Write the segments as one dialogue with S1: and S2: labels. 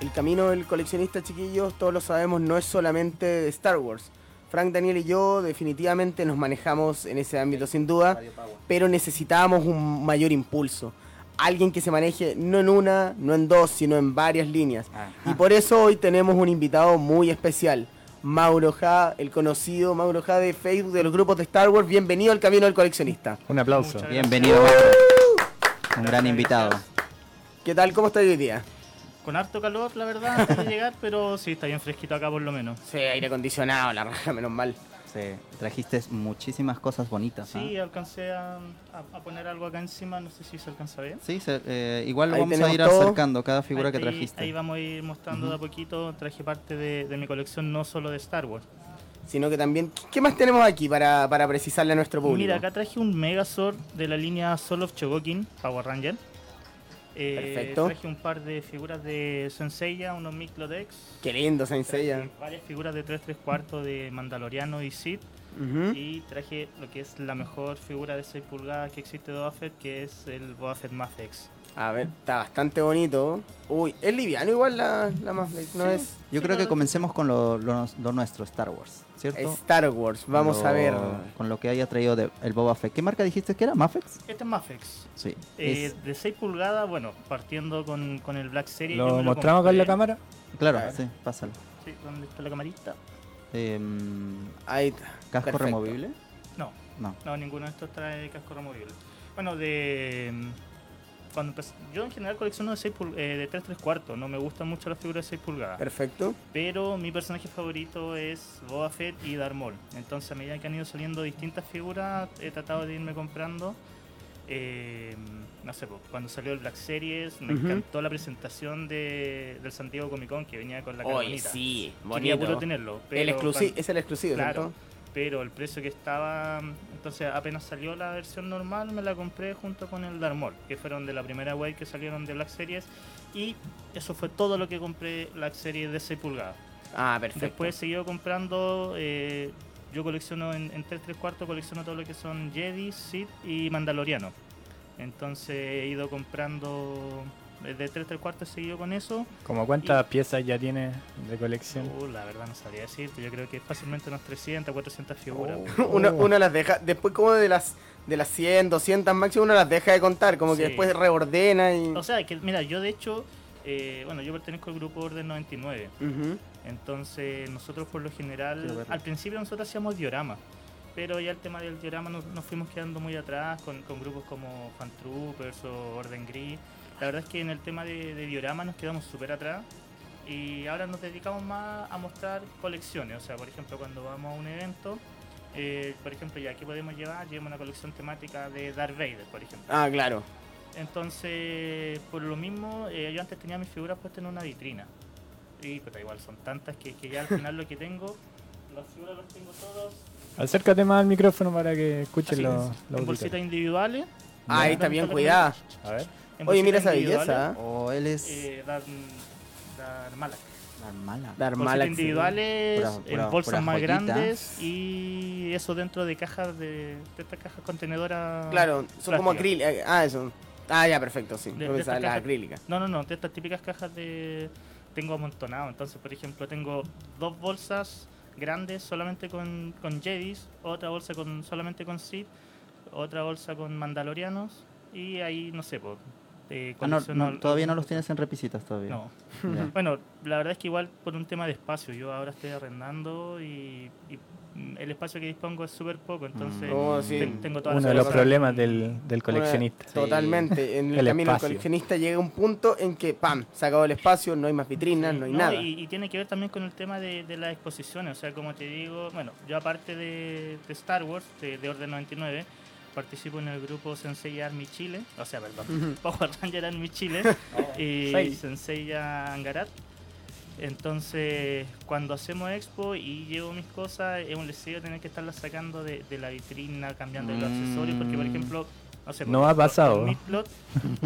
S1: El camino del coleccionista, chiquillos, todos lo sabemos, no es solamente de Star Wars. Frank, Daniel y yo definitivamente nos manejamos en ese ámbito sin duda, pero necesitábamos un mayor impulso. Alguien que se maneje no en una, no en dos, sino en varias líneas. Y por eso hoy tenemos un invitado muy especial. Mauro Ja, el conocido Mauro Ja de Facebook de los grupos de Star Wars. Bienvenido al Camino del Coleccionista.
S2: Un aplauso.
S3: Muchas
S2: Uh.
S3: Bienvenido, maestro. Un gran invitado.
S1: ¿Qué tal? ¿Cómo estás hoy día?
S3: Con harto calor, la verdad, antes de llegar, pero sí, está bien fresquito acá por lo menos.
S1: Sí, aire acondicionado, la raja, menos mal.
S3: Sí, trajiste muchísimas cosas bonitas.
S2: Sí,
S3: ¿ah?
S2: alcancé a, a- a poner algo acá encima, no sé si se alcanza bien.
S3: Sí, se- eh, igual lo
S1: Ahí
S3: vamos a
S1: tenemos
S3: ir
S1: todo.
S3: acercando cada figura
S2: Ahí-
S3: que
S2: Ahí
S3: trajiste.
S2: vamos a ir mostrando de a poquito. Traje parte de, de mi colección, no solo de Star Wars.
S1: Sino que también, ¿qué más tenemos aquí para, para precisarle a nuestro público?
S2: Mira, acá traje un Megazord de la línea Soul of Chogokin, Power Ranger. Eh,
S1: Perfecto.
S2: Traje un par de figuras de Senseiya, unos Miclodex.
S1: Qué lindo,
S2: Traje
S1: Senseiya.
S2: Varias figuras de 3 3 cuartos de Mandaloriano y Sith.
S1: Ujú.
S2: Y traje lo que es la mejor figura de 6 pulgadas que existe de Boba Fett, que es el Boba Fett Mafex.
S1: A ver, está bastante bonito. Uy, es liviano igual la, la más no es
S3: Yo creo que comencemos con lo, lo- lo nuestro, Star Wars, ¿cierto?
S1: Star Wars. Vamos
S3: Lo-
S1: a ver.
S3: Con lo que haya traído de- el Boba Fett. ¿Qué marca dijiste que era? ¿Mafex?
S2: Este es Mafex.
S3: Sí.
S2: Eh,
S3: es-
S2: De 6 pulgadas, bueno, partiendo con, con el Black Series. yo
S4: ¿Lo
S2: me
S4: mostramos con la
S2: compré.
S4: cámara?
S3: claro,
S1: a ver.
S3: sí, pásalo.
S2: Sí, ¿dónde está la camarita?
S3: Em,
S1: Ahí está.
S3: ¿Casco
S1: Perfecto.
S3: removible?
S2: No,
S3: No.
S2: no, ninguno de estos trae casco removible. Bueno, de. mm, Cuando empecé- yo en general colecciono de, 6 pul- eh, de 3 3 cuartos, no me gustan mucho las figuras de 6 pulgadas.
S1: Perfecto.
S2: Pero mi personaje favorito es Boba Fett y Darth Maul. Entonces, a medida que han ido saliendo distintas figuras, he tratado de irme comprando. Eh, no sé, pues, cuando salió el Black Series, me
S1: Ujú.
S2: encantó la presentación de, del Santiago Comic Con que venía con la cara
S1: Hoy
S2: bonita.
S1: sí,
S2: Quería puro
S1: bonito.
S2: tenerlo. Pero
S1: El exclusivo,
S2: cuando-
S1: es el exclusivo,
S2: Claro,
S1: ¿cierto?
S2: pero el precio que estaba. Entonces, apenas salió la versión normal, me la compré junto con el Darmor, que fueron de la primera wave que salieron de Black Series. Y eso fue todo lo que compré Black Series de 6 pulgadas.
S1: Ah, perfecto.
S2: Después he seguido comprando. eh, yo colecciono en, en 3 3 cuartos, colecciono todo lo que son Jedi, Sith y Mandaloriano. Entonces he ido comprando. eh, De 3 3 cuartos he seguido con eso.
S4: Como cuántas piezas ya tiene de colección.
S2: Uh, la verdad no sabría decirte. Yo creo que fácilmente unas 300, 400 figuras.
S1: Uno,
S3: Oh.
S1: uno las deja, después como de las de las 100, 200 máximo, uno las deja de contar, como que
S2: Sí.
S1: después reordena y...
S2: O sea, que mira, yo de hecho, eh, bueno, yo pertenezco al grupo Orden 99.
S1: Ujú.
S2: Entonces, nosotros por lo
S3: Quiero
S2: general,
S3: verlo.
S2: al principio nosotros hacíamos diorama. Pero ya el tema del diorama nos, nos fuimos quedando muy atrás con, con grupos como Fan Troopers o Orden Gris. La verdad es que en el tema de, de diorama nos quedamos súper atrás. Y ahora nos dedicamos más a mostrar colecciones. O sea, por ejemplo, cuando vamos a un evento, eh, por ejemplo, ya aquí podemos llevar, llevamos una colección temática de Darth Vader, por ejemplo.
S1: Ah, claro.
S2: Entonces, por lo mismo, eh, yo antes tenía mis figuras puestas en una vitrina. Y pero igual son tantas que, que ya al final lo que tengo, las figuras las tengo todas
S4: Acércate más al micrófono para que escuchen
S2: así,
S4: los
S2: en
S4: los
S2: bolsitas
S4: auditores.
S2: individuales.
S1: Ah, ahí está bien cuidada.
S4: A ver.
S2: En
S1: Oye,
S2: bolsitas
S1: mira esa
S2: individuales,
S1: belleza. ¿eh?
S3: O él es
S2: Eh, dar, dar mala.
S3: la mala.
S1: Dar
S2: Bolsitas
S1: mala
S2: individuales,
S3: Pura- pura-
S2: en bolsas
S3: pura
S2: más
S3: joyita.
S2: grandes y eso dentro de cajas de, de estas cajas contenedoras.
S1: Claro, son como
S2: Plástica.
S1: acrílicas. Ah, eso. Ah, ya, perfecto, sí.
S2: De-
S1: Yo pensaba
S2: de
S1: en
S2: estas
S1: las
S2: cajas-
S1: acrílicas.
S2: No, no, no, de estas típicas cajas de... Tengo amontonado, entonces por ejemplo tengo dos bolsas grandes solamente con, con Jedis, otra bolsa con solamente con Sith, otra bolsa con Mandalorianos y ahí no sé, pues... eh,
S3: Ah, no,
S2: colecciono-
S3: no, todavía no los tienes en repisitas todavía.
S2: No.
S3: Ya.
S2: Bueno, la verdad es que igual por un tema de espacio, yo ahora estoy arrendando y, y, mm, el espacio que dispongo es súper poco, entonces
S3: Mm.
S1: Oh, sí.
S2: ten- tengo todas
S4: Uno
S2: las
S4: de los
S2: cosas.
S4: problemas del, del coleccionista.
S1: Bueno, Totalmente. En el,
S4: El
S1: camino del
S4: espacio.
S1: coleccionista llega un punto en que, pam, se acabó el espacio, no hay más vitrinas, no hay
S2: No,
S1: nada.
S2: Y, y tiene que ver también con el tema de, de las exposiciones. O sea, como te digo, bueno, yo aparte de, de Star Wars, de, de Orden 99, participo en el grupo Sensei Army Chile. O sea, perdón, Power Ranger Army Chile y
S1: Oh,
S4: Seis.
S2: Sensei Angarat. Entonces, cuando hacemos expo y llevo mis cosas, es un deseo tener que estarlas sacando de, de la vitrina, cambiando los
S3: Mm.
S2: accesorios, porque, por ejemplo, no sé,
S4: No
S2: por
S4: ha
S2: ejemplo,
S4: pasado.
S2: en Midplot,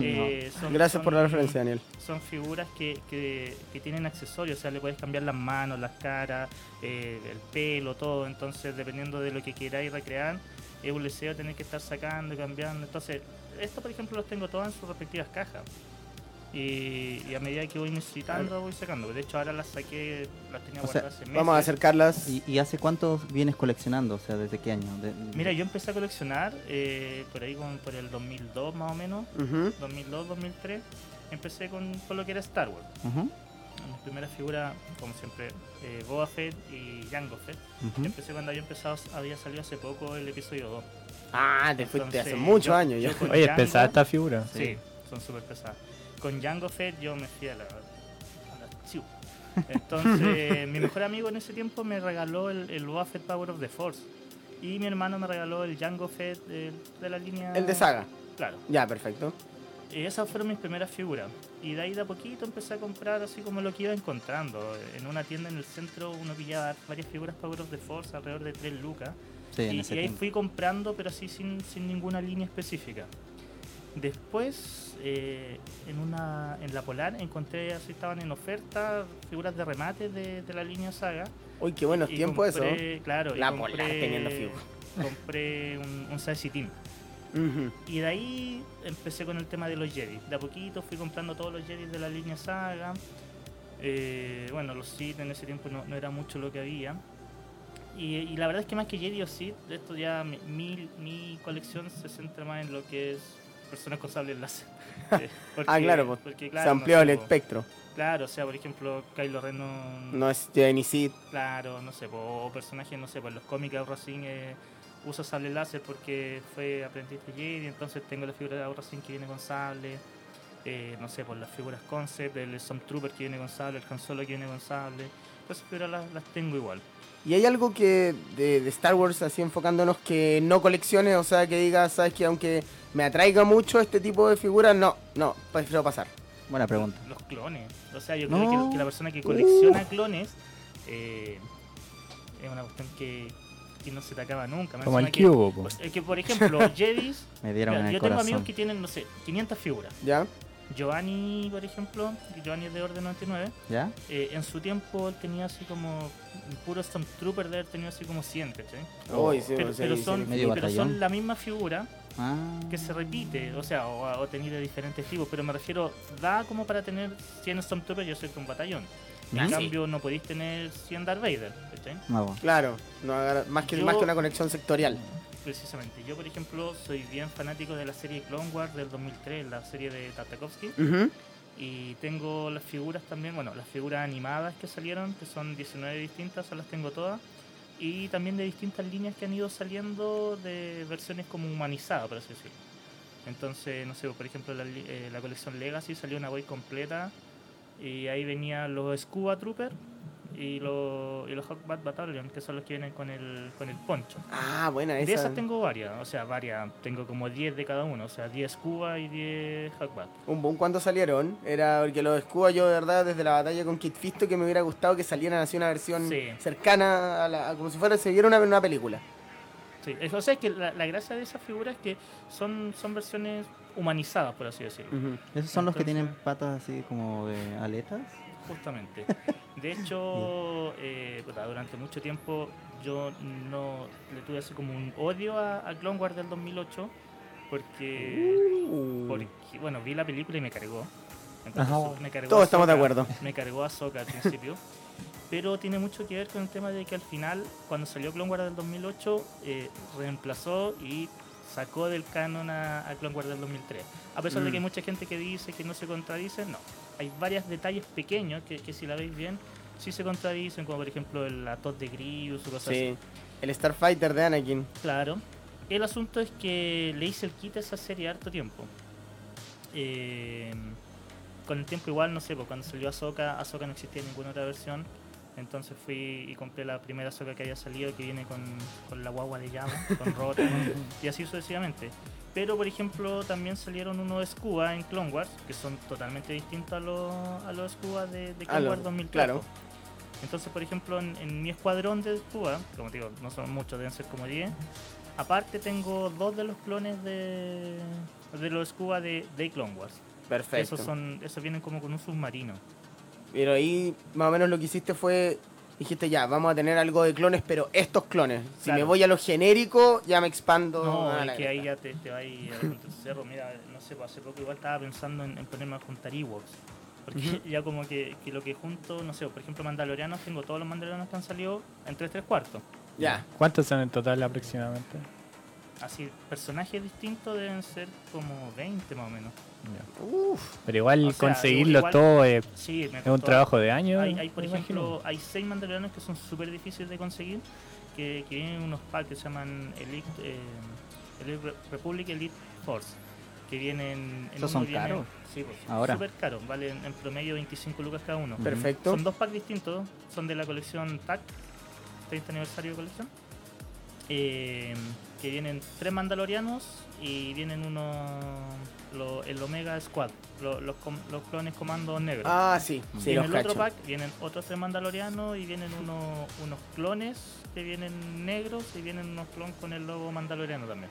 S2: eh, son-
S1: Gracias por la
S2: son-
S1: referencia, Daniel.
S2: son figuras que, que, que tienen accesorios, o sea, le puedes cambiar las manos, las caras, eh, el pelo, todo. Entonces, dependiendo de lo que queráis recrear, es un deseo tener que estar sacando y cambiando. Entonces, esto, por ejemplo, los tengo todas en sus respectivas cajas. Y, y a medida que voy necesitando, voy sacando. De hecho, ahora las saqué, las tenía
S5: O sea,
S2: guardadas hace meses.
S1: Vamos a acercarlas.
S5: ¿Y, y hace cuántos vienes coleccionando? O sea, ¿desde qué año? De-
S2: Mira, yo empecé a coleccionar eh, por ahí con, por el 2002 más o menos,
S1: Ujú.
S2: 2002, 2003. Empecé con todo lo que era Star Wars.
S5: Ujú,
S2: Mis primeras figuras, como siempre, eh, Boba Fett y Jango Fett.
S5: ujú.
S2: Empecé cuando había empezado, había salido hace poco el episodio 2.
S1: Ah, te fuiste hace
S2: Entonces,
S1: muchos
S2: yo-
S1: años ya.
S2: yo con
S4: Oye, es
S2: Jango-
S4: pesada esta figura.
S2: Sí, son súper pesadas. Con Django Fett yo me fui a la, a la chiu. Entonces, mi mejor amigo en ese tiempo me regaló el, el Boba Fett Power of the Force. Y mi hermano me regaló el Django Fett eh, de, la línea...
S1: El de saga.
S2: Claro.
S1: Ya, perfecto.
S2: Y esas fueron mis primeras figuras. Y de ahí de a poquito empecé a comprar así como lo que iba encontrando. En una tienda en el centro uno pillaba varias figuras Power of the Force alrededor de 3 lucas.
S5: Sí, en
S2: Y,
S5: ese
S2: y ahí
S5: tiempo.
S2: fui comprando, pero así sin, sin ninguna línea específica. Después, eh, en, una, en la Polar, encontré, así estaban en oferta, figuras de remate de, de la línea Saga.
S1: Uy, qué buenos
S2: Y
S1: tiempos eso.
S2: compré- Claro, y
S1: La Polar
S2: compré-
S1: teniendo figuras.
S2: Compré un, un Sassy Team.
S1: Ujú.
S2: Y de ahí empecé con el tema de los Jedi. De a poquito fui comprando todos los Jedi de la línea Saga. Eh, bueno, los Sith en ese tiempo no, no era mucho lo que había. Y, y la verdad es que más que Jedi o Sith, esto ya mi, mi, mi colección se centra más en lo que es personas con sables láser. Eh,
S1: Ah, claro, pues,
S2: porque,
S1: Se amplió
S2: no
S1: el
S2: sé, po,
S1: espectro.
S2: Claro, o sea, por ejemplo, Kylo Ren no,
S1: No es Jedi ni Sid.
S2: Claro, no sé, po, o personajes, no sé, pues en los cómics Aura Singh eh, usa sable láser porque fue aprendiz de Jedi, entonces tengo la figura de Aura Singh que viene con sable, eh, no sé, por las figuras concept, el Stormtrooper que viene con sable, el Han Solo que viene con sable, entonces pero las, las tengo igual.
S1: Y hay algo que de, de Star Wars, así enfocándonos, que no colecciones, o sea, que digas, sabes que aunque me atraiga mucho este tipo de figuras, no, no, prefiero pasar.
S5: Buena pregunta.
S2: Los clones, o sea, yo
S5: No.
S2: creo que, que la persona que colecciona clones eh, es una cuestión que, que no se te acaba nunca. más
S4: Como el
S2: encima que-
S4: cubo, po.
S2: es que, por ejemplo, Jedis,
S5: Me
S2: yo
S5: dieron en el
S2: tengo amigos
S5: corazón.
S2: que tienen, no sé, 500 figuras.
S1: ¿Ya?
S2: Giovanni, por ejemplo, Giovanni es de Orden 99,
S5: ¿Ya?
S2: eh, en su tiempo él tenía así como, un puro Stormtrooper de haber tenido así como 100, ¿cachai?
S5: Oh,
S1: Uy, sí, pues,
S2: Pero,
S1: sí,
S2: pero
S1: sí.
S2: son,
S5: Medio
S2: pero
S5: batallón.
S2: son la misma figura
S5: Ah.
S2: que se repite, o sea, o, o tenido de diferentes tipos, pero me refiero, da como para tener 100 Stormtroopers, yo soy con batallón. En
S5: ¿Mm?
S2: cambio, no podéis tener 100 Darth Vader, ¿cachai?
S5: No, Ah, bueno.
S1: Claro, no agarra- más, que,
S2: Yo-
S1: más que una conexión sectorial.
S2: Precisamente, yo por ejemplo soy bien fanático de la serie Clone Wars del 2003, la serie de Tartakovsky.
S1: Ujú.
S2: Y tengo las figuras también, bueno, las figuras animadas que salieron, que son 19 distintas, o las tengo todas. Y también de distintas líneas que han ido saliendo de versiones como humanizadas, por así decirlo. Entonces, no sé, por ejemplo, la, li- eh, la colección Legacy salió una Boy completa y ahí venían los Scuba Trooper y los, y los Hawkbat Battalion, que son los que vienen con el, con el poncho.
S1: Ah, buena esa.
S2: De esas tengo varias, o sea, varias, tengo como 10 de cada uno, o sea, 10 Scuba y 10 Hawkbat.
S1: Un boom cuando salieron. Era porque los escudos yo de verdad desde la batalla con Kit Fisto que me hubiera gustado que salieran así una versión
S2: Sí.
S1: cercana a la. a como si fuera se viera una, una película.
S2: Sí, es- o sea, es que la, la gracia de esas figuras es que son, son versiones humanizadas, por así decirlo,
S1: Mm.
S5: ¿Esos son los que
S2: Entonces-
S5: tienen patas así como de aletas?
S2: justamente. De hecho, eh, puta, durante mucho tiempo yo no le tuve así como un odio a, a Clone Wars del 2008 porque,
S1: Uh.
S2: porque, bueno, vi la película y me cargó.
S4: Ajá.
S2: me cargó
S1: Todos
S2: a
S1: estamos de
S2: Sokka,
S1: acuerdo.
S2: Me cargó a Soca al principio. Pero tiene mucho que ver con el tema de que al final, cuando salió Clone Wars del 2008, eh, reemplazó y sacó del canon a, a Clone Wars del 2003. A pesar
S1: Mm.
S2: de que hay mucha gente que dice que no se contradice, no. Hay varios detalles pequeños que, que si la veis bien, sí se contradicen, como por ejemplo el atos de Grievous o cosas así.
S1: Sí. El Starfighter de Anakin.
S2: Claro. El asunto es que le hice el quite a esa serie harto tiempo. Eh, con el tiempo igual, no sé, pues cuando salió Ahsoka, Ahsoka no existía en ninguna otra versión. Entonces fui y compré la primera Ahsoka que había salido, que viene con, con la guagua de llama, con Rota, y así sucesivamente. Pero, por ejemplo, también salieron unos Scuba en Clone Wars, que son totalmente distintos a los, a los Scuba de, de
S1: Ah,
S2: Clone
S1: los-
S2: Wars 2003.
S1: claro.
S2: Entonces, por ejemplo, en, en mi escuadrón de Cuba, como te digo, no son muchos, deben ser como 10. Aparte tengo dos de los clones de, de los Cuba de, de Clone Wars.
S1: Perfecto.
S2: Esos, son, esos vienen como con un submarino.
S1: Pero ahí más o menos lo que hiciste fue dijiste ya, vamos a tener algo de clones, pero estos clones. Si
S2: Claro.
S1: me voy a lo genérico, ya me expando.
S2: No,
S1: a
S2: es
S1: la
S2: que ahí
S1: cresta.
S2: ya te, te va a ir contra el cerro. Mira, no sé, pues, hace poco igual estaba pensando en, en ponerme a juntar Ewoks. Porque ya como que, que lo que junto, no sé, por ejemplo, Mandalorianos, tengo todos los Mandalorianos que han salido entre tres cuartos.
S1: Ya.
S4: ¿Cuántos son en total aproximadamente?
S2: Así, personajes distintos deben ser como 20 más o menos.
S1: Uf,
S4: Pero igual
S2: O sea,
S4: conseguirlo
S2: igual-
S4: todo eh, es,
S2: Sí, me
S4: es un
S2: costó-
S4: trabajo de años.
S2: Hay, hay, por
S4: me
S2: ejemplo, hay seis mandalorianos que son súper difíciles de conseguir, que, que vienen en unos packs que se llaman Elite, eh, Elite Re- Republic Elite Force, que vienen... en
S5: ¿Esos
S2: uno
S5: son
S2: viene-
S5: caros?
S2: Sí, pues,
S5: Ahora.
S2: súper caros, valen en promedio 25 lucas cada uno.
S5: Ujú.
S1: perfecto.
S2: Son dos packs distintos, son de la colección TAC, 30 aniversario de colección, eh, que vienen tres mandalorianos y vienen unos... lo- el Omega Squad, lo- los, com- los clones comandos negros.
S1: Ah, sí, sí,
S2: Y en
S1: los
S2: el
S1: cacho.
S2: otro pack vienen otros tres mandalorianos y vienen uno- unos clones que vienen negros y vienen unos clones con el logo mandaloriano también.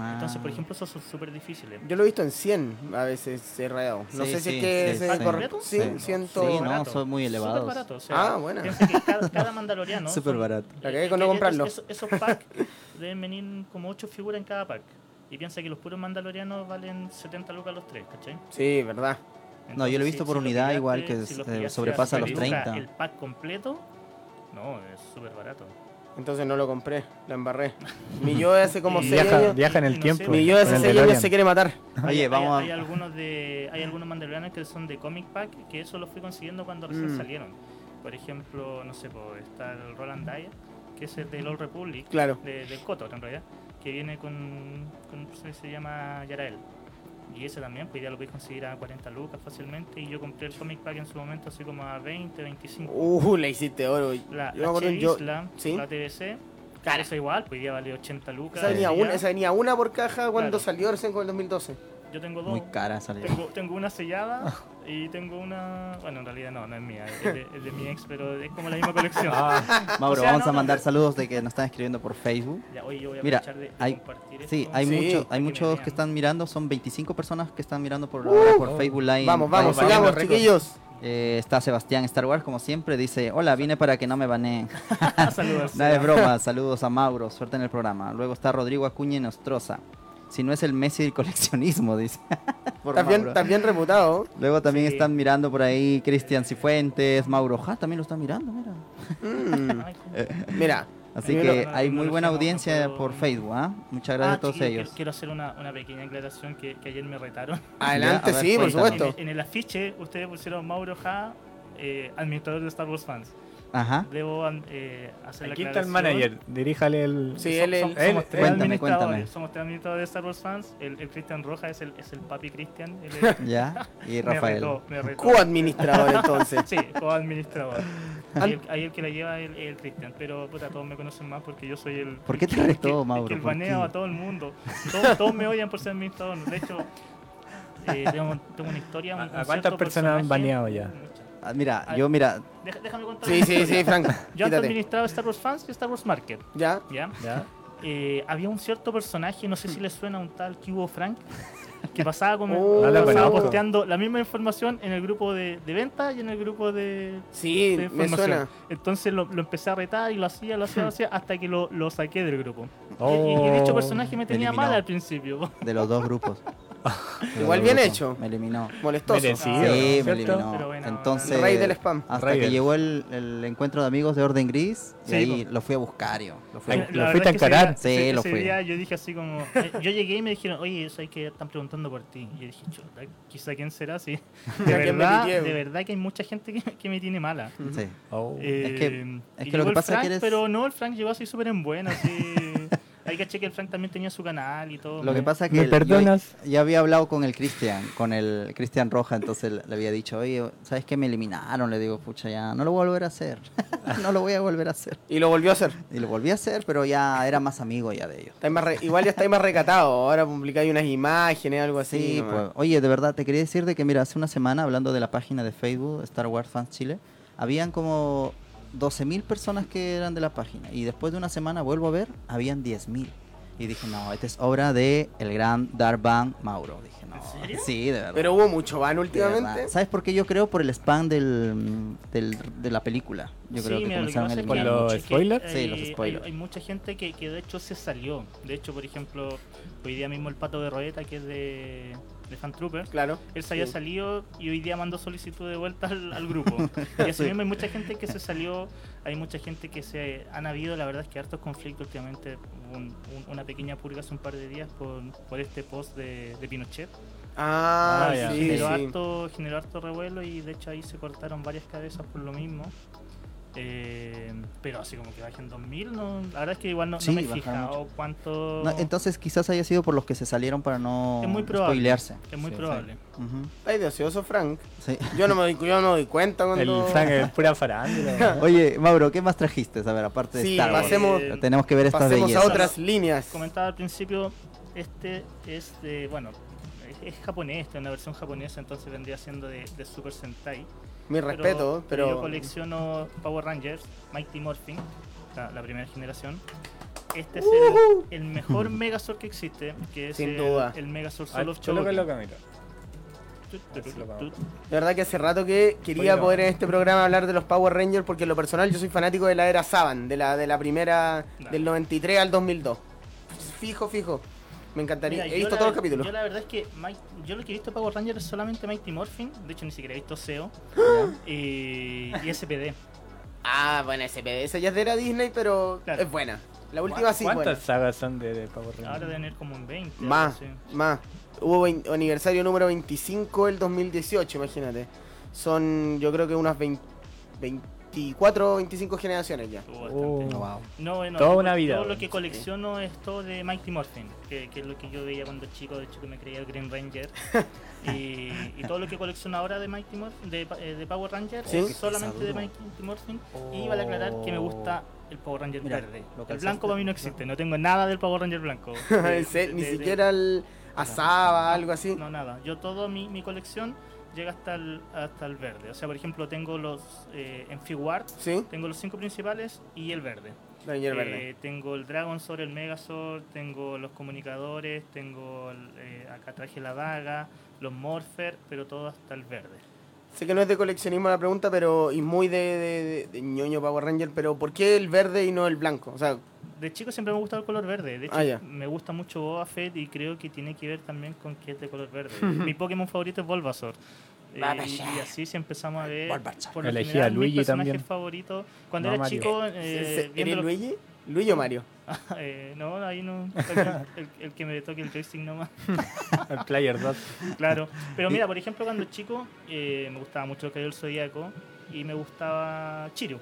S5: Ah.
S2: Entonces, por ejemplo, esos son súper difíciles.
S1: Yo lo he visto en 100 a veces cerrado. No
S5: Sí,
S1: sé si
S5: sí,
S1: es que
S5: sí,
S1: se
S5: sí.
S1: corre-
S2: ¿Completo?
S1: Sí,
S5: Sí.
S1: siento.
S5: Sí, no,
S2: Barato.
S5: son muy
S2: Súper
S5: elevados.
S2: barato. O sea,
S1: Ah, buena.
S2: Piensa que cada, cada mandaloriano...
S5: Súper
S2: son- eh,
S5: barato.
S1: La cagué con no comprarlo.
S2: Esos, esos packs deben venir como ocho figuras en cada pack. Y piensa que los puros mandalorianos valen 70 lucas los tres, ¿cachai?
S1: Sí, verdad.
S5: No, yo lo he visto por
S2: los
S5: unidad, igual que
S2: pillaste-
S5: es-
S2: los
S5: eh,
S2: pillaste a
S5: sobrepasa los
S2: 50 lucas
S5: 30.
S2: El pack completo, no, es súper barato.
S1: Entonces no lo compré, la embarré. Mi yo de hace como
S2: Y
S1: 6
S4: Viaja,
S1: años.
S4: viaja en
S2: Y-
S4: el
S2: y no
S4: tiempo.
S2: sé,
S1: Mi yo de
S4: con
S1: hace
S4: el
S1: 6 años
S4: DeLorean.
S1: se quiere matar.
S2: Hay-
S5: Oye,
S2: hay-
S5: vamos
S2: hay,
S5: a...
S2: algunos de hay algunos mandalorianos que son de comic pack que eso lo fui consiguiendo cuando recién
S1: Mm.
S2: salieron. Por ejemplo, no sé, po, está el Roland Dyer, que es el del Old Republic,
S1: Claro.
S2: de, del Kotor en realidad, que viene con, con se, se llama Yarael. Y ese también, pues ya lo podéis conseguir a 40 lucas fácilmente. Y yo compré el comic pack en su momento así como a 20, 25.
S1: Uh, le hiciste oro.
S2: la
S1: yo me acuerdo
S2: H
S1: en yo-
S2: Isla,
S1: ¿sí?
S2: la TBC,
S1: Cara.
S2: esa igual, pues ya vale 80 lucas.
S1: Esa venía,
S2: Ya.
S1: una, esa venía una por caja cuando
S2: Claro.
S1: salió recién con el 2012.
S2: Yo tengo dos.
S5: Muy cara salió.
S2: Tengo, tengo una
S5: Ah.
S2: sellada y tengo una. Bueno, en realidad no, no es mía, es de, es de mi ex, pero es como la misma colección.
S5: Mauro,
S2: O sea,
S5: vamos
S2: no,
S5: a
S2: no,
S5: mandar
S2: pero-
S5: saludos de que nos están escribiendo por Facebook.
S2: Ya, hoy yo voy a
S5: Mira,
S2: aprovechar de, de
S5: hay-
S2: compartir
S5: Sí,
S2: esto.
S5: hay,
S1: Sí.
S2: Para
S5: mucho- hay
S2: que me
S5: muchos que
S2: vean.
S5: están mirando, son 25 personas que están mirando por, ahora por Facebook Live.
S1: Vamos, vamos,
S5: Vaya,
S1: sigamos,
S4: récord.
S1: chiquillos.
S5: Eh, está Sebastián Star Wars, como siempre, dice, hola, vine para que no me baneen.
S2: Saludos.
S5: Nada de broma, saludos a Mauro, suerte en el programa. Luego está Rodrigo Acuña Nostroza. Si no es el Messi del coleccionismo, dice. Por
S1: Estás bien,
S5: Mauro.
S1: estás bien reputado.
S5: Luego también
S2: Sí.
S5: están mirando por ahí Cristian Cifuentes, Mauro Ja, también lo están mirando, mira.
S1: Mm,
S2: Ay, cómo-
S1: mira,
S5: Así
S1: Mira,
S5: que
S2: no,
S5: hay
S2: no
S5: muy
S2: lo
S5: buena
S2: sé, no,
S5: audiencia
S2: pero-
S5: por Facebook, ¿ah? Muchas
S2: Ah,
S5: gracias a todos
S2: chiquillos,
S5: ellos.
S2: Quiero, quiero hacer una, una pequeña aclaración que, que ayer me retaron.
S1: adelante,
S5: a ver,
S1: sí, por
S5: cuéntame.
S2: En, el-
S1: supuesto.
S2: en el afiche ustedes pusieron Mauro Ja, eh, administrador de Star Wars fans.
S5: Ajá.
S2: Debo an- eh, hacer la
S4: Aquí está el
S2: aclaración.
S4: manager, diríjale el...
S1: Sí,
S2: Som-
S1: él,
S2: som-
S1: él-
S2: somos tres
S5: Cuéntame,
S2: administradores,
S5: cuéntame.
S2: Somos tres administradores de Star Wars fans. El, el Cristian Roja es el, es el papi Cristian. él es-
S5: Ya. Y
S2: Me
S5: Rafael.
S2: retó, me retó.
S1: Co-administrador, entonces.
S2: Sí, co-administrador. Ahí el- ahí el que la lleva es el, el Cristian, pero puta, todos me conocen más porque yo soy el.
S5: ¿Por qué te
S2: el que-
S5: retó,
S2: el
S5: Mauro?
S2: que el
S5: ¿Por
S2: baneo
S5: qué?
S2: a todo el mundo. Todos, todos me odian por ser administrador. De hecho, eh, tengo, tengo una historia. un-
S4: ¿A-
S2: un
S4: a cuántas
S2: cierto
S4: personas han
S2: personaje-
S4: baneado ya?
S5: Ah, mira,
S2: Ay.
S5: yo mira,
S2: Deja- déjame contar.
S1: Sí,
S2: una
S1: sí,
S2: historia.
S1: sí, Frank.
S2: Yo antes
S1: Quítate.
S2: administraba Star Wars Fans y Star Wars Market.
S1: Ya.
S2: ¿Ya?
S4: ¿Ya?
S2: Eh, había un cierto personaje, no sé si le suena a un tal Cubo Frank, que pasaba, como,
S1: Oh.
S4: No lo
S2: pasaba
S4: conozco.
S2: posteando la misma información en el grupo de, de venta y en el grupo de,
S1: Sí,
S2: de
S1: me
S2: información.
S1: suena.
S2: Entonces lo, lo empecé a retar y lo hacía, lo hacía, lo hacía, hasta que lo, lo saqué del grupo. Y- Y, y
S4: Oh.
S2: dicho personaje me tenía
S5: Eliminado.
S2: mal al principio.
S5: de los dos grupos. De los
S1: Igual
S5: dos
S1: bien
S5: grupos.
S1: hecho.
S5: Me eliminó.
S1: Molestoso.
S4: Merecido,
S5: Sí,
S2: Ah,
S5: me
S4: ¿cierto?
S5: eliminó.
S2: Pero bueno,
S5: Entonces,
S1: Rey del spam.
S5: hasta
S4: Rey
S5: que
S4: del-
S5: llegó el, el encuentro de amigos de Orden Gris, y
S2: Sí,
S5: ahí lo fui a buscar yo. Lo fui a
S4: Ay,
S5: buscar.
S4: lo
S2: La
S4: fuiste
S2: verdad
S4: a
S2: es que ese
S4: encarar.
S2: día-
S5: Sí,
S2: ese-
S5: lo
S2: ese
S5: fui.
S2: día yo dije así como. eh, Yo llegué y me dijeron, oye, eso hay que están preguntando por ti. Y yo dije, chuta, quizá quién será, sí. De
S1: Ya que me
S2: verdad,
S1: pidieron.
S2: de verdad que hay mucha gente que, que me tiene mala.
S5: Sí.
S4: Oh.
S2: Eh,
S5: que-
S2: y
S5: es que
S2: llegó
S5: lo que
S2: el
S5: pasa es que
S2: Frank,
S5: eres-
S2: Pero no, el Frank llegó así súper en buena, así. Hay que chequear que el Frank también tenía su canal y todo.
S5: Lo que pasa es que
S4: ¿Me
S5: el-
S4: perdonas?
S5: yo ya había hablado con el Cristian, con el Cristian Roja, entonces le le había dicho, oye, ¿sabes qué? Me eliminaron, le digo, pucha, ya, no lo voy a volver a hacer, no lo voy a volver a hacer.
S1: Y lo volvió a hacer.
S5: Y lo volví a hacer, pero ya era más amigo ya de ellos.
S1: Estáis más re- Igual ya estáis más recatado. Ahora publicáis unas imágenes, algo así.
S5: Sí,
S1: nomás.
S5: pues, oye, de verdad, te quería decir de que, mira, hace una semana, hablando de la página de Facebook, Star Wars Fans Chile, habían como 12.000 personas que eran de la página. Y después de una semana, vuelvo a ver, habían 10.000. Y dije, no, esta es obra de el gran Darvan Mauro. Dije, no.
S2: ¿En serio?
S5: Sí, de verdad.
S1: Pero hubo mucho van
S5: de verdad.
S1: últimamente.
S5: ¿Sabes por qué yo creo? Por el spam del, mm, del- de la película. Yo creo que
S2: mira, lo que
S5: comenzaron a
S2: pasa es que
S4: ¿Con
S2: hay
S5: eliminar.
S4: los
S2: mucha gente-
S4: spoilers?
S5: Sí,
S2: hay-
S5: los
S2: hay-
S5: spoilers.
S2: Hay, mucha gente que, que de hecho se salió. De hecho, por ejemplo, hoy día mismo el pato de Roeta, que es de, de Fan Trooper,
S1: Claro.
S2: él se había
S1: Sí.
S2: salido y hoy día mandó solicitud de vuelta al, al grupo. Y así
S5: Sí.
S2: mismo hay mucha gente que se salió, hay mucha gente que se... Han habido, la verdad es que hartos conflictos últimamente. Hubo un- un- una pequeña purga hace un par de días por, por este post de, de Pinochet.
S1: Ah,
S4: Ah, ya.
S1: sí,
S2: generó,
S1: sí.
S2: harto, generó harto revuelo y de hecho ahí se cortaron varias cabezas por lo mismo. Eh, pero así como que bajen 2000, no, la verdad es que igual no, no
S5: Sí,
S2: me he
S5: bajaron
S2: fijado
S5: mucho.
S2: cuánto...
S5: No, entonces quizás haya sido por los que se salieron para no
S2: Es muy probable.
S5: spoilearse.
S2: es muy
S5: Sí,
S2: probable.
S5: sí. Ujú,
S1: Ay, de ocioso, Frank.
S5: sí.
S1: Yo no me doy, yo no me doy cuenta cuando...
S4: El Frank es pura farándula. ¿no?
S5: Oye, Mauro, ¿qué más trajiste? A ver, aparte de
S1: Sí,
S5: Star Wars.
S1: pasemos,
S2: Eh,
S5: Tenemos que ver estas
S1: pasemos a
S5: bellezas.
S1: otras líneas.
S2: comentaba al principio, este es de, bueno, es, es japonés, es una versión japonesa, entonces vendría siendo de, de Super Sentai.
S1: Mi respeto, pero...
S2: Yo colecciono Power Rangers, Mighty Morphin, la, la primera generación. Este es el, el mejor Megazord que existe, que es
S1: Sin
S2: el,
S1: duda.
S2: el Megazord Soul
S4: Solo
S2: of
S4: que
S2: Chogokin.
S4: lo camino.
S2: Tut, tut,
S4: Así lo
S2: tut,
S4: vamos.
S2: tut.
S1: De verdad que hace rato que quería
S4: Bueno.
S1: poder en este programa hablar de los Power Rangers porque en lo personal yo soy fanático de la era Saban, de la de la primera
S2: Nah.
S1: del 93 al 2002. Fijo, fijo. Me encantaría.
S2: Mira,
S1: he
S2: yo
S1: visto
S2: la
S1: todos los
S2: ver-
S1: capítulos.
S2: Yo la verdad es que Mike- yo lo que he visto de Power Rangers es solamente Mighty Morphin, de hecho ni siquiera he visto SEO, y, y SPD.
S1: Ah, bueno, ese esa ya es de era Disney, pero
S2: Claro.
S1: es buena. La última sí es
S4: ¿Cuántas
S1: buena.
S4: sagas son de, de Power Rangers?
S2: Ahora debe tener como un 20. algo
S1: Más,
S2: así.
S1: más. Hubo vein- aniversario número 25 el 2018, imagínate. Son yo creo que unas 20 24 o 25 generaciones ya.
S2: Tuvo
S4: Oh.
S2: bastante.
S5: Wow.
S2: No, bueno,
S4: Toda
S2: yo-
S4: una vida,
S2: Todo lo
S4: bueno.
S2: que colecciono es todo de Mighty Morphin, que, que es lo que yo veía cuando chico, de hecho que me creía el Green Ranger. y, y todo lo que colecciono ahora de Mighty Morphin, de, pa- eh, de Power Ranger,
S1: Sí.
S2: es
S1: Oh, qué
S2: solamente de
S5: pesadura.
S2: Mighty Morphin. Y vale aclarar que me gusta el Power Ranger
S5: Mira,
S2: verde.
S5: lo
S2: El
S5: calzaste.
S2: blanco para mí no existe, no tengo nada del Power Ranger blanco.
S1: En serio, Ni siquiera el Asaba, algo así.
S2: No, nada. Yo toda mi, mi colección llega hasta el, hasta el verde. O sea, por ejemplo, tengo los eh, en Figuart,
S1: Sí,
S2: tengo los cinco principales y el verde.
S1: Ranger
S2: Eh,
S1: Verde.
S2: tengo el Dragon Sword, el Megazord, tengo los comunicadores, tengo el- eh, acá traje la daga, los Morpher, pero todo hasta el verde.
S1: Sé que no es de coleccionismo la pregunta, pero y muy de, de- de- de ñoño Power Ranger, pero ¿por qué el verde y no el blanco? O sea,
S2: De chico siempre me ha gustado el color verde. De hecho,
S1: Ah, ya.
S2: me gusta mucho Boba Fett y creo que tiene que ver también con que es de color verde. Mi Pokémon favorito es Bulbasaur. Eh, y, y así se empezamos a ver. Por lo
S4: Elegí a
S2: general, mis
S4: Luigi
S2: personajes
S4: también.
S2: favoritos. Cuando
S4: No a
S2: era
S4: Mario.
S2: chico,
S1: ¿se-
S2: eh,
S1: se-
S2: viendo
S1: ¿eres
S2: los-
S1: Luigi? ¿Luigi o Mario?
S2: Eh, no, ahí no. El, el- el que me toque el joystick nomás.
S4: El Player 2.
S2: Claro, pero mira, por ejemplo, cuando chico eh, me gustaba mucho el Caballero del Zodíaco y me gustaba Chiru.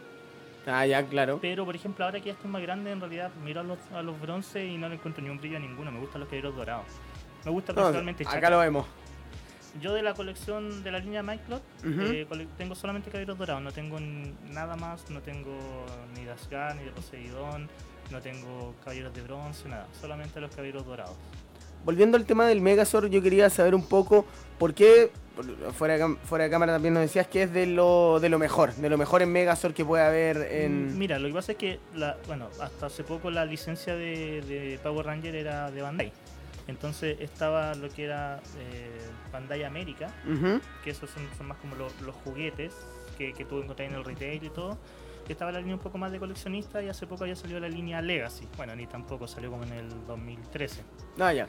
S1: Ah, ya, claro.
S2: Pero por ejemplo, ahora que ya estoy más grande, en realidad miro a los, a los bronces y no le encuentro ni un brillo a ninguno. Me gustan los Caballeros Dorados. Me gusta
S1: No,
S2: personalmente
S1: acá
S2: Chaka.
S1: lo vemos.
S2: Yo de la colección de la línea Myclot
S1: Ujú.
S2: eh, cole- tengo solamente Caballeros Dorados. No tengo n- nada más, no tengo ni Dasgar, ni de Poseidón, no tengo Caballeros de Bronce, nada. Solamente los Caballeros Dorados.
S1: Volviendo al tema del Megazord, yo quería saber un poco por qué, por- fuera de, cam- fuera de cámara también nos decías que es de lo, de lo mejor, de lo mejor en Megazord que puede haber
S2: Mm,
S1: en...
S2: Mira, lo que pasa es que, la, bueno, hasta hace poco la licencia de, de Power Ranger era de Bandai. Entonces estaba lo que era eh, Bandai América,
S1: Ujú.
S2: que esos son, son más como lo- los juguetes que, que tú encontrás en el retail y todo. Y Estaba la línea un poco más de coleccionista y hace poco ya salió la línea Legacy. Bueno, ni tampoco, salió como en el 2013.
S1: Ah, ya.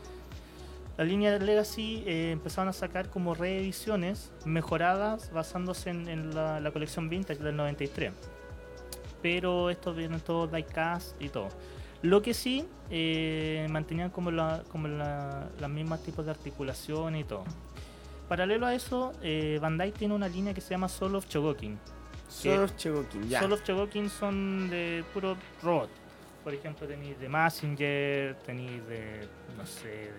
S2: La línea de Legacy eh, empezaron a sacar como reediciones mejoradas basándose en, en la, la colección vintage del 93. Pero estos vienen todos diecast y todo. Lo que sí, eh, mantenían como, la, como la- las mismas tipos de articulación y todo. Paralelo a eso, eh, Bandai tiene una línea que se llama Soul of Chogokin.
S1: Solo Chogokin, ya.
S2: Soul of Chogokin son de puro robot. Por ejemplo, tenéis de Messenger, tenéis de, no sé, de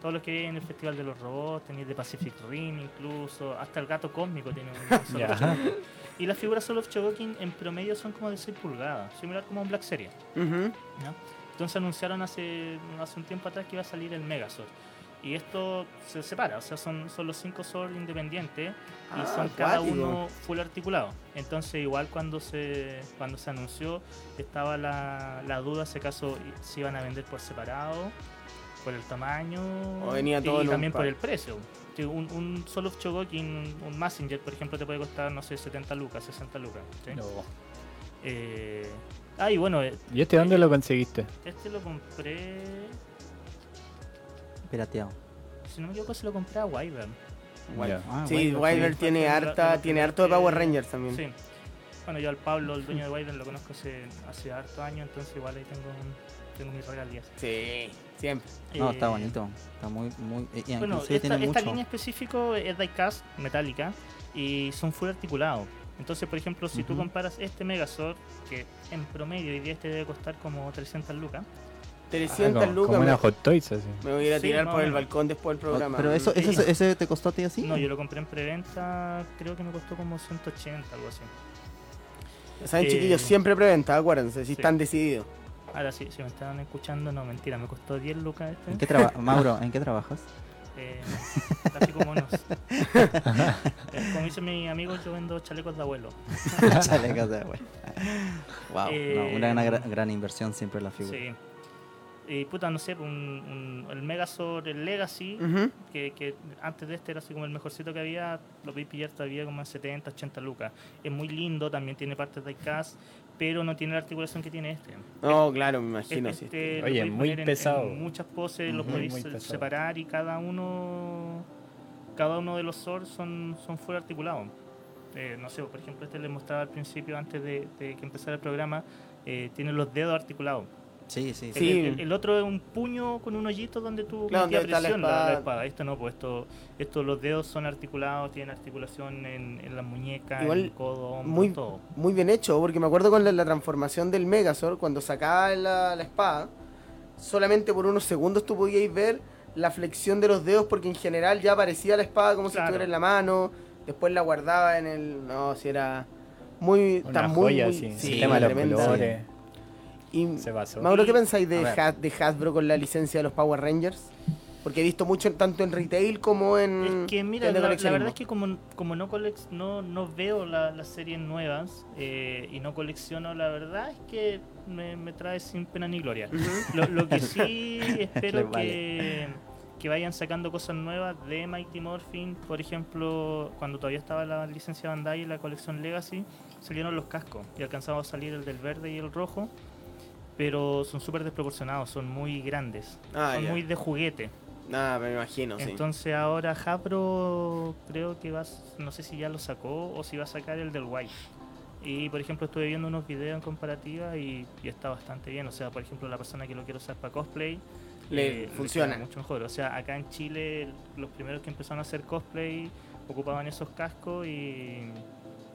S2: todo lo que hay en el Festival de los Robots, tenéis de Pacific Rim incluso, hasta el gato cósmico tiene un Soul of
S4: Ya.
S2: Chogokin. Y las figuras Soul of Chogokin en promedio son como de 6 pulgadas, similar como a un Black Series.
S1: Ujú.
S2: ¿ya? Entonces anunciaron hace, hace un tiempo atrás que iba a salir el Megazord. Y esto se separa, o sea, son, son los cinco Zords independientes y
S1: Ah,
S2: son cada
S1: acuático.
S2: uno full articulado. Entonces, igual cuando se cuando se anunció, estaba la, la duda si acaso i- se iban a vender por separado, por el tamaño
S1: O venía todo en
S2: y
S1: un
S2: también por
S1: pack.
S2: el precio. Que Un, un solo Chogokin, un, un Messenger, por ejemplo, te puede costar, no sé, 70 lucas, 60 lucas. ¿sí?
S4: No.
S2: Eh, ah, y bueno, eh,
S4: ¿Y este dónde lo conseguiste?
S2: este lo compré.
S5: Pirateado.
S2: Si no me equivoco, se lo compré a Wyvern.
S4: Ya.
S5: Ah,
S1: Sí,
S5: Wyvern,
S1: Wilder
S2: sí.
S1: tiene
S2: Lo-
S1: harta,
S2: lo-
S1: tiene harto de
S2: eh,
S1: Power Rangers también.
S2: Sí. Bueno, yo al Pablo, el dueño de Wyvern, lo conozco hace, hace hartos años, entonces igual ahí tengo, tengo mis regalías.
S1: Sí, siempre.
S5: No, está
S2: Eh,
S5: bonito. Está muy, muy. y- y
S2: Bueno,
S5: inclusive
S2: esta,
S5: tiene
S2: esta
S5: mucho.
S2: línea específico es diecast, metálica, y son full articulados. Entonces, por ejemplo, si tú
S5: Ujú.
S2: comparas este Megazord, que en promedio hoy día este debe costar como 300 lucas,
S1: 300
S4: Ah, como,
S1: lucas.
S4: como
S1: me-
S4: una Hot Toys así.
S1: Me voy a ir a
S2: Sí,
S1: tirar
S2: más
S1: por
S2: o
S1: el
S2: menos.
S1: balcón después del
S5: Oh,
S1: programa.
S5: Pero eso,
S1: Sí.
S5: eso, eso, te costó a ti así.
S2: no, yo lo compré en preventa, creo que me costó como 180, algo así.
S1: Saben,
S2: eh,
S1: chiquillos, siempre preventa, acuérdense, si
S2: sí.
S1: están decididos.
S2: Ahora sí, si me estaban escuchando, no, mentira, me costó 10 lucas
S5: ¿En
S2: este.
S5: qué traba- Mauro, ¿en qué trabajas?
S2: Eh, así como nos. como dice mi amigo, yo vendo chalecos de abuelo.
S5: Chalecas de agua. Wow, no, una gran,
S2: Eh,
S5: gran- gran inversión siempre en la figura.
S2: Sí. Y puta, no sé, un, un- el Megazord, el Legacy,
S1: Ujú.
S2: que, que antes de este era así como el mejorcito que había, lo podéis pillar todavía como en 70, 80 lucas. Es muy lindo, también tiene partes de cast, pero no tiene la articulación que tiene este.
S1: No, claro, me imagino. sí.
S2: Este lo
S4: Oye,
S2: podéis
S4: muy
S2: poner en- en
S4: pesado.
S2: muchas poses, los
S5: Ujú,
S2: podéis
S4: muy
S2: se-
S4: pesado.
S2: separar y cada uno cada uno de los swords son, son full articulados. Eh, no sé, por ejemplo, este les mostraba al principio, antes de, de que empezara el programa, eh, tiene los dedos articulados.
S5: Sí, sí,
S1: Sí.
S2: El, el- el otro es un puño con un hoyito donde tú
S1: Claro,
S2: metías
S1: donde está la
S2: presión la- la
S1: espada.
S2: espada. Esto no, pues esto, esto los dedos son articulados, tienen articulación en, en las muñecas,
S1: Igual,
S2: en el codo, hombro,
S1: muy-
S2: todo.
S1: Muy bien hecho, porque me acuerdo con la, la transformación del Megazord, cuando sacaba la, la espada, solamente por unos segundos tú podíais ver la flexión de los dedos, porque en general ya aparecía la espada como si
S2: Claro.
S1: estuviera en la mano, después la guardaba en el... No, si era... Muy,
S4: Una
S1: tan muy,
S4: joya
S1: muy-
S4: así.
S1: sí,
S4: el tema de los
S1: tremenda.
S4: colores.
S1: Y-
S4: Se basó.
S1: Mauro, ¿qué
S2: Y-
S1: pensáis de,
S5: a ver.
S1: Ha- de Hasbro con la licencia de los Power Rangers? Porque he visto mucho tanto en retail como en...
S2: Es que mira,
S1: tiendas de
S2: la, la
S1: coleccionismo.
S2: verdad es que como, como no, colec- no, no veo la- las series nuevas eh, y no colecciono, la verdad es que me, me trae sin pena ni gloria.
S1: Ujú.
S2: Lo, lo que sí
S5: Les
S2: espero
S5: vale.
S2: que, que vayan sacando cosas nuevas de Mighty Morphin. Por ejemplo, cuando todavía estaba la licencia Bandai y la colección Legacy, salieron los cascos y alcanzaba a salir el del verde y el rojo. Pero son súper desproporcionados, son muy grandes,
S1: Ah,
S2: son
S1: ya.
S2: muy de juguete.
S1: Ah, me imagino, sí.
S2: Entonces ahora Hasbro creo que va, a s- no sé si ya lo sacó o si va a sacar el del White. Y por ejemplo estuve viendo unos videos en comparativa y, y está bastante bien. O sea, por ejemplo la persona que lo quiere usar para cosplay eh,
S1: Le
S2: queda
S1: funciona.
S2: mucho mejor. O sea, acá en Chile los primeros que empezaron a hacer cosplay ocupaban esos cascos y,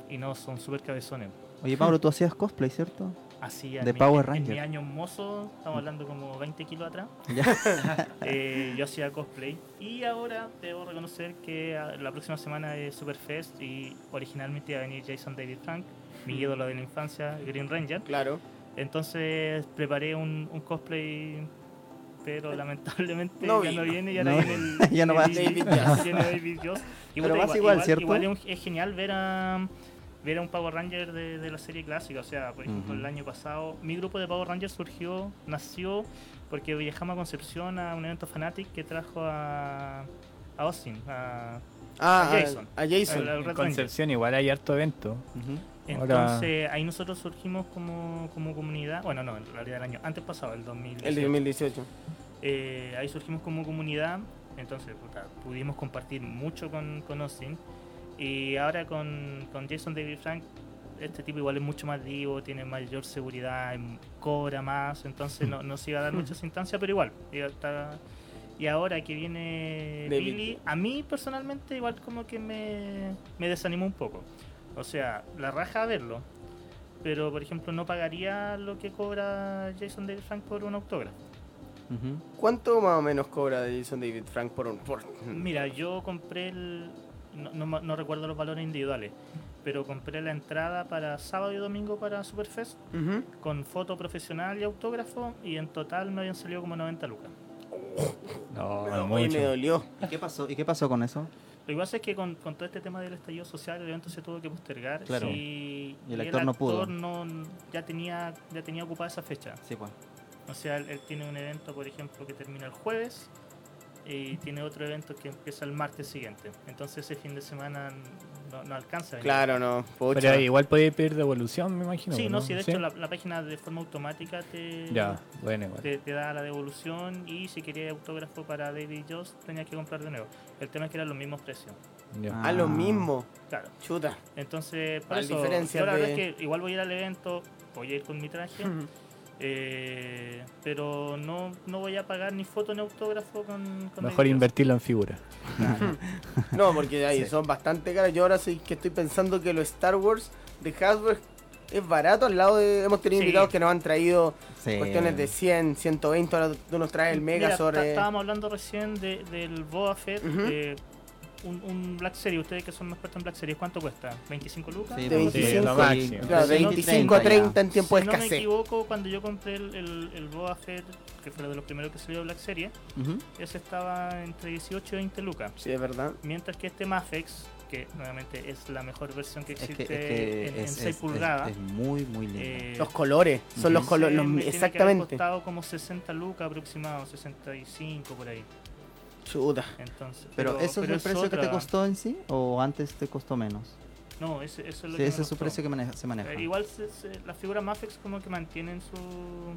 S2: y no son súper cabezones.
S5: Oye, Mauro, tú hacías cosplay, ¿cierto?
S2: Así en
S5: De
S2: mi-
S5: Power Mm.
S2: en- en
S5: Ranger.
S2: mi año mozo, estamos hablando como 20 kilos atrás.
S5: Ya.
S2: Eh, yo hacía cosplay. Y ahora debo reconocer que ah, la próxima semana es Superfest y originalmente iba a venir Jason David Frank, mi ídolo de la infancia, Green Ranger.
S1: Claro.
S2: Entonces preparé un, un cosplay, pero lamentablemente
S1: No
S2: ya
S1: vino.
S2: no viene y ahora
S5: No.
S2: viene el,
S5: Ya no va.
S2: el-
S1: David Joss.
S2: viene David Joss. Y
S5: Pero
S2: puta,
S5: vas igual, ¿cierto?
S2: igual es, un- es genial ver a ver a un Power Ranger de, de la serie clásica, o sea, por ejemplo,
S5: Ujú.
S2: el año pasado mi grupo de Power Rangers surgió, nació porque viajamos a Concepción a un evento fanatic que trajo a, a Austin, a-
S1: Ah,
S2: A Jason.
S1: A, a Jason.
S2: Al- al-
S4: En
S2: Red
S4: Concepción igual hay harto evento. Ahora-
S2: entonces ahí nosotros surgimos como, como comunidad, bueno, no, en realidad el año antes pasado, el 2000.
S1: El 2018.
S2: Eh, ahí surgimos como comunidad, entonces puta, pudimos compartir mucho con, con Austin. Y ahora con, con Jason David Frank, este tipo igual es mucho más vivo, tiene mayor seguridad, em, cobra más, entonces no, no se iba a dar muchas instancias, pero igual. iba a estar- Y ahora que viene
S1: David.
S2: Billy, a mí personalmente igual como que me, me desanimó un poco. O sea, la raja a verlo. Pero, por ejemplo, no pagaría lo que cobra Jason David Frank por un autógrafo.
S5: Ujú.
S1: ¿Cuánto más o menos cobra Jason David Frank por un... Por...
S2: Mira, yo compré el. No, no ma- no recuerdo los valores individuales, pero compré la entrada para sábado y domingo para Superfest
S1: Ujú.
S2: con foto profesional y autógrafo, y en total me habían salido como 90 lucas.
S4: No,
S1: Pero, oye, me
S4: mucho.
S1: dolió.
S5: ¿Y qué pasó? ¿Y qué pasó con eso?
S2: Lo que pasa es que con, con todo este tema del estallido social, el evento se tuvo que postergar
S5: Claro.
S2: y,
S5: Y el actor no pudo.
S2: actor no- ya, tenía, ya tenía ocupada esa fecha.
S5: Sí, pues.
S2: O sea, él, él tiene un evento, por ejemplo, que termina el jueves y tiene otro evento que empieza el martes siguiente. Entonces ese fin de semana no, no alcanza. a venir.
S1: Claro, no. pucha.
S4: Pero igual podéis pedir devolución, me imagino.
S2: Sí, no, sí, de hecho la, la página de forma automática te,
S4: Ya, bueno, igual.
S2: te, te da la devolución y si querías autógrafo para David Joss tenías que comprar de nuevo. El tema es que eran los mismos precios.
S4: Ya.
S1: Ah, lo mismo.
S2: Claro.
S1: Chuta.
S2: Entonces, por
S1: Al
S2: eso,
S1: diferencia
S2: yo la verdad
S1: de-
S2: es que igual voy a ir al evento, voy a ir con mi traje,
S4: Hmm.
S2: eh, pero no, no voy a pagar ni foto ni autógrafo con...
S4: Mejor
S2: con David Joss.
S4: invertirlo en figura.
S1: No, porque ahí son bastante caras. Yo ahora sí que estoy pensando que los Star Wars de Hasbro es barato al lado de... Hemos tenido
S2: Sí.
S1: invitados que nos han traído
S5: Sí.
S1: cuestiones de 100, 120. Ahora tú nos traes Ah, el Mega
S2: Mira, ta-
S1: sobre...
S2: Estábamos hablando recién de- del Boa Fett,
S1: Ujú.
S2: eh, un, un Black Series. Ustedes que son más expertos en Black Series, ¿cuánto cuesta? ¿25 lucas?
S5: Sí,
S1: de 25,
S4: lo máximo.
S1: Claro, de
S2: Sí,
S1: 25 a 30 en tiempo de
S2: si no me
S1: escasez.
S2: equivoco, cuando yo compré el, el, el Boba Fett, que fue de los primeros que salió de Black Series,
S5: Ujú.
S2: ese estaba entre 18 y 20 lucas.
S1: Sí, es verdad.
S2: Mientras que este Mafex, que nuevamente es la mejor versión que
S5: Es que,
S2: existe
S5: es que
S2: en, en
S5: es,
S2: 6
S5: es-
S2: pulgadas,
S5: es muy, muy lindo.
S2: eh,
S1: Los colores, son los
S5: Ujú.
S1: colores,
S2: ese me tiene que haber
S1: exactamente.
S2: costado como 60 lucas aproximado, 65 por ahí.
S1: Chuta.
S2: Entonces,
S5: pero, ¿eso es el precio que te
S2: otra-
S5: costó en sí o antes te costó menos?
S2: No, ese, eso es lo
S5: Sí,
S2: que me
S5: ese es su
S2: costó.
S5: precio que maneja- se maneja.
S2: Eh, igual se- se- las figuras Mafex como que mantienen su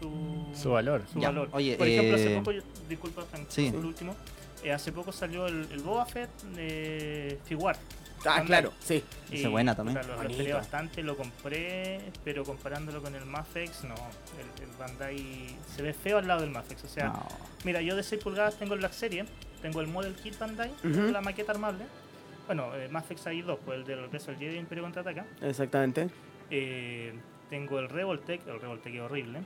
S2: su,
S4: Su valor.
S2: su
S5: Ya,
S2: valor.
S5: oye,
S2: Por ejemplo, hace
S5: eh,
S2: poco, yo- disculpa, Frank,
S5: sí.
S2: por último, eh, hace poco salió el, el Boba Fett de Figuar.
S1: Ah,
S2: También.
S1: claro, sí.
S5: Ese buena también.
S2: puta, Lo
S1: Bonito.
S2: respeté bastante, lo compré, pero comparándolo con el Mafex, no. El, el Bandai se ve feo al lado del Mafex. O sea,
S5: No.
S2: Mira, yo de 6 pulgadas tengo el Black Series, tengo el Model Kit Bandai, tengo
S1: Ujú.
S2: la maqueta armable. Bueno, eh, más Fix hay dos, pues el de Regreso al Jedi y Imperio Contraataca.
S1: Exactamente.
S2: Eh, tengo el Revoltech, el Revoltech es horrible.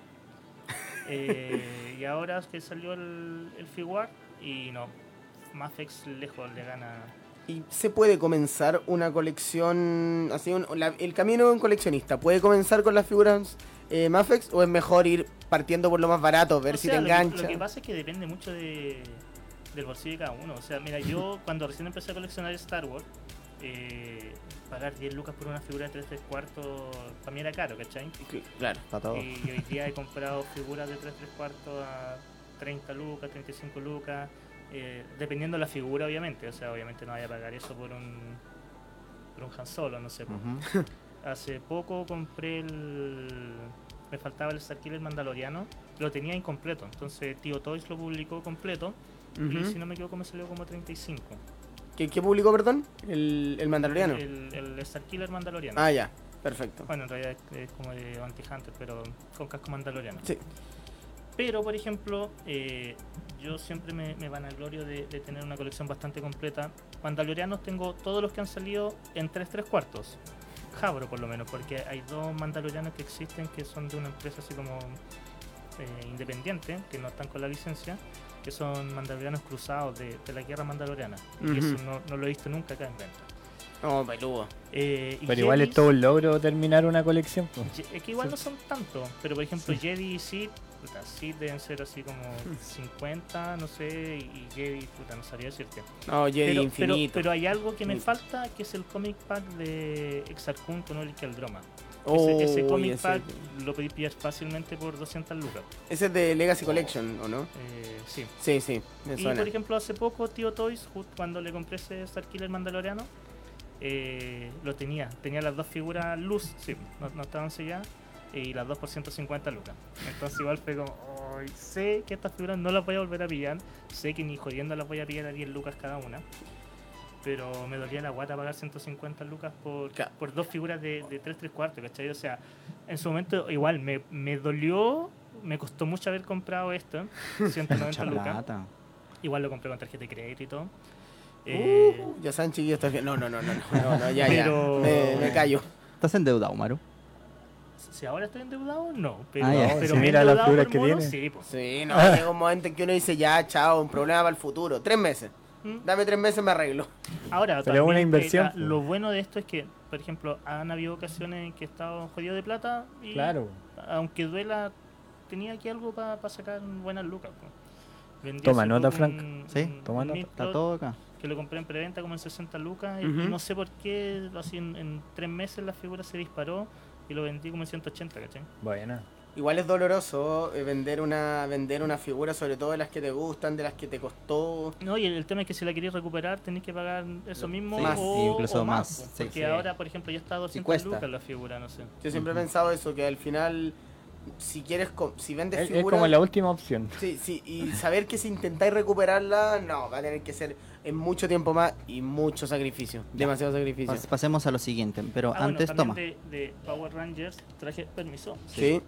S2: Eh, y ahora es que salió el, el Figuar y no, Mafex lejos le gana.
S1: ¿Y se puede comenzar una colección, así un- la- el camino de un coleccionista? ¿Puede comenzar con las figuras eh, Mafex o es mejor ir partiendo por lo más barato, ver
S2: O
S1: si
S2: sea,
S1: te
S2: lo que-
S1: engancha?
S2: Lo que pasa es que depende mucho de, del bolsillo de cada uno. O sea, mira, yo cuando recién empecé a coleccionar Star Wars, eh, pagar 10 lucas por una figura de 3 3 cuartos, para mí era caro, ¿cachai?
S1: Claro.
S5: Está todo.
S2: Y, y hoy día he comprado figuras de 3 3 cuartos a 30 lucas, 35 lucas, eh, dependiendo de la figura, obviamente. O sea, obviamente no vaya a pagar eso por un, por un Han Solo, no sé.
S5: Ujú.
S2: Hace poco compré el. Me faltaba el Star Killer Mandaloriano, lo tenía incompleto. Entonces, Tío Toys lo publicó completo. Y si no me equivoco, me salió como 35.
S1: ¿Qué, qué público, perdón? El, el mandaloriano.
S2: El, el Star Killer Mandaloriano.
S1: Ah, ya. Perfecto.
S2: Bueno, en realidad es como de anti-hunter, pero con casco mandaloriano.
S1: Sí.
S2: Pero, por ejemplo, eh, yo siempre me, me vanaglorio de, de tener una colección bastante completa. Mandalorianos tengo todos los que han salido en 3 3 cuartos. Jabro, por lo menos, porque hay dos mandalorianos que existen que son de una empresa así como eh, independiente, que no están con la licencia, que son mandalorianos cruzados de, de la guerra mandaloriana. Y
S1: Ujú.
S2: eso no, no lo he visto nunca acá en venta.
S1: No, Oh, peludo.
S2: Eh, y
S4: Pero igual
S2: Jedis-
S4: es todo un logro terminar una colección. po.
S2: Ye- Es que igual no son tanto, pero por ejemplo Jedi y Sith, puta, Sith deben ser así como 50, no sé, y Jedi, puta, no sabría decirte.
S1: No, Oh, Jedi
S2: Pero, pero,
S1: infinito.
S2: pero hay algo que me
S1: Infinito.
S2: falta, que es el comic pack de Exarchun con el Keldroma.
S1: Oh,
S2: ese, ese comic
S1: y ese,
S2: pack lo pedí pillar fácilmente por 200 lucas.
S1: ese es de Legacy Collection, ¿o no?
S2: Eh, sí.
S1: Sí, sí, me
S2: Y
S1: suena.
S2: por ejemplo, hace poco, tío Toys, justo cuando le compré ese Star Killer Mandaloriano, eh, lo tenía. Tenía las dos figuras luz, sí, no, no estaban selladas, y las dos por 150 lucas. Entonces, igual fue como, "Ay, sé que estas figuras no las voy a volver a pillar, sé que ni jodiendo las voy a pillar a 10 lucas cada una. Pero me dolía la guata pagar 150 lucas por,
S1: Claro.
S2: por dos figuras de, de 3, 3 cuartos, ¿cachai? O sea, en su momento igual me, me dolió, me costó mucho haber comprado esto, 190
S5: Mucha
S2: lucas.
S5: plata.
S2: Igual lo compré con tarjeta de crédito y todo.
S4: Uh.
S2: Eh,
S1: Uh, Ya saben, chiquillos, está bien. No, no, no, no, no, no, no, ya,
S2: Pero-
S1: ya. Me, me callo.
S5: Estás endeudado, Maru.
S2: si ahora estoy endeudado, no. Pero,
S5: Ah, ya.
S2: pero
S4: Sí,
S2: me he
S4: mira las
S2: endeudado
S4: figuras
S2: por
S4: que
S2: mono,
S4: tiene.
S2: sí, pues.
S1: Sí, no, llega un momento en que uno dice, ya, chao, un problema para el futuro. Tres meses.
S2: Mm.
S1: Dame tres meses, me arreglo.
S2: Ahora,
S4: Pero es una
S2: también,
S4: inversión,
S2: eh, la-
S4: pues.
S2: lo bueno de esto es que, por ejemplo, han habido ocasiones en que he estado jodido de plata y
S4: Claro.
S2: aunque duela, tenía aquí algo para sacar buenas lucas. pues. Vendí
S4: Toma
S2: hace
S4: nota,
S2: poco
S4: Frank.
S2: un-
S5: Sí,
S2: un
S4: toma nota.
S2: Meat
S5: Está
S2: Cloth
S5: todo acá.
S2: Que lo compré en preventa como en 60 lucas. y-
S1: Ujú.
S2: y no sé por qué, así en, en tres meses la figura se disparó y lo vendí como en 180, ¿cachai?
S4: Bueno.
S1: Igual es doloroso eh, vender una vender una figura, sobre todo de las que te gustan, de las que te costó.
S2: No, y el, el tema es que si la queréis recuperar tenéis que pagar eso mismo
S5: Más,
S2: o,
S5: incluso
S2: o
S5: más,
S2: pues,
S5: sí,
S2: porque
S5: sí.
S2: ahora, por ejemplo, ya está a 200
S5: cuesta.
S2: lucas la figura, no sé.
S1: Yo siempre he pensado eso, que al final, si quieres, co- si vendes
S4: Es, es
S1: figuras...
S4: como la última opción.
S1: Sí, sí, y saber que si intentáis recuperarla, no, va a tener que ser en mucho tiempo más y mucho sacrificio, demasiado sacrificio.
S5: Pas- pasemos a lo siguiente, pero
S2: Ah, bueno,
S5: antes
S2: también
S5: toma.
S2: De, de Power Rangers traje permiso.
S1: Sí,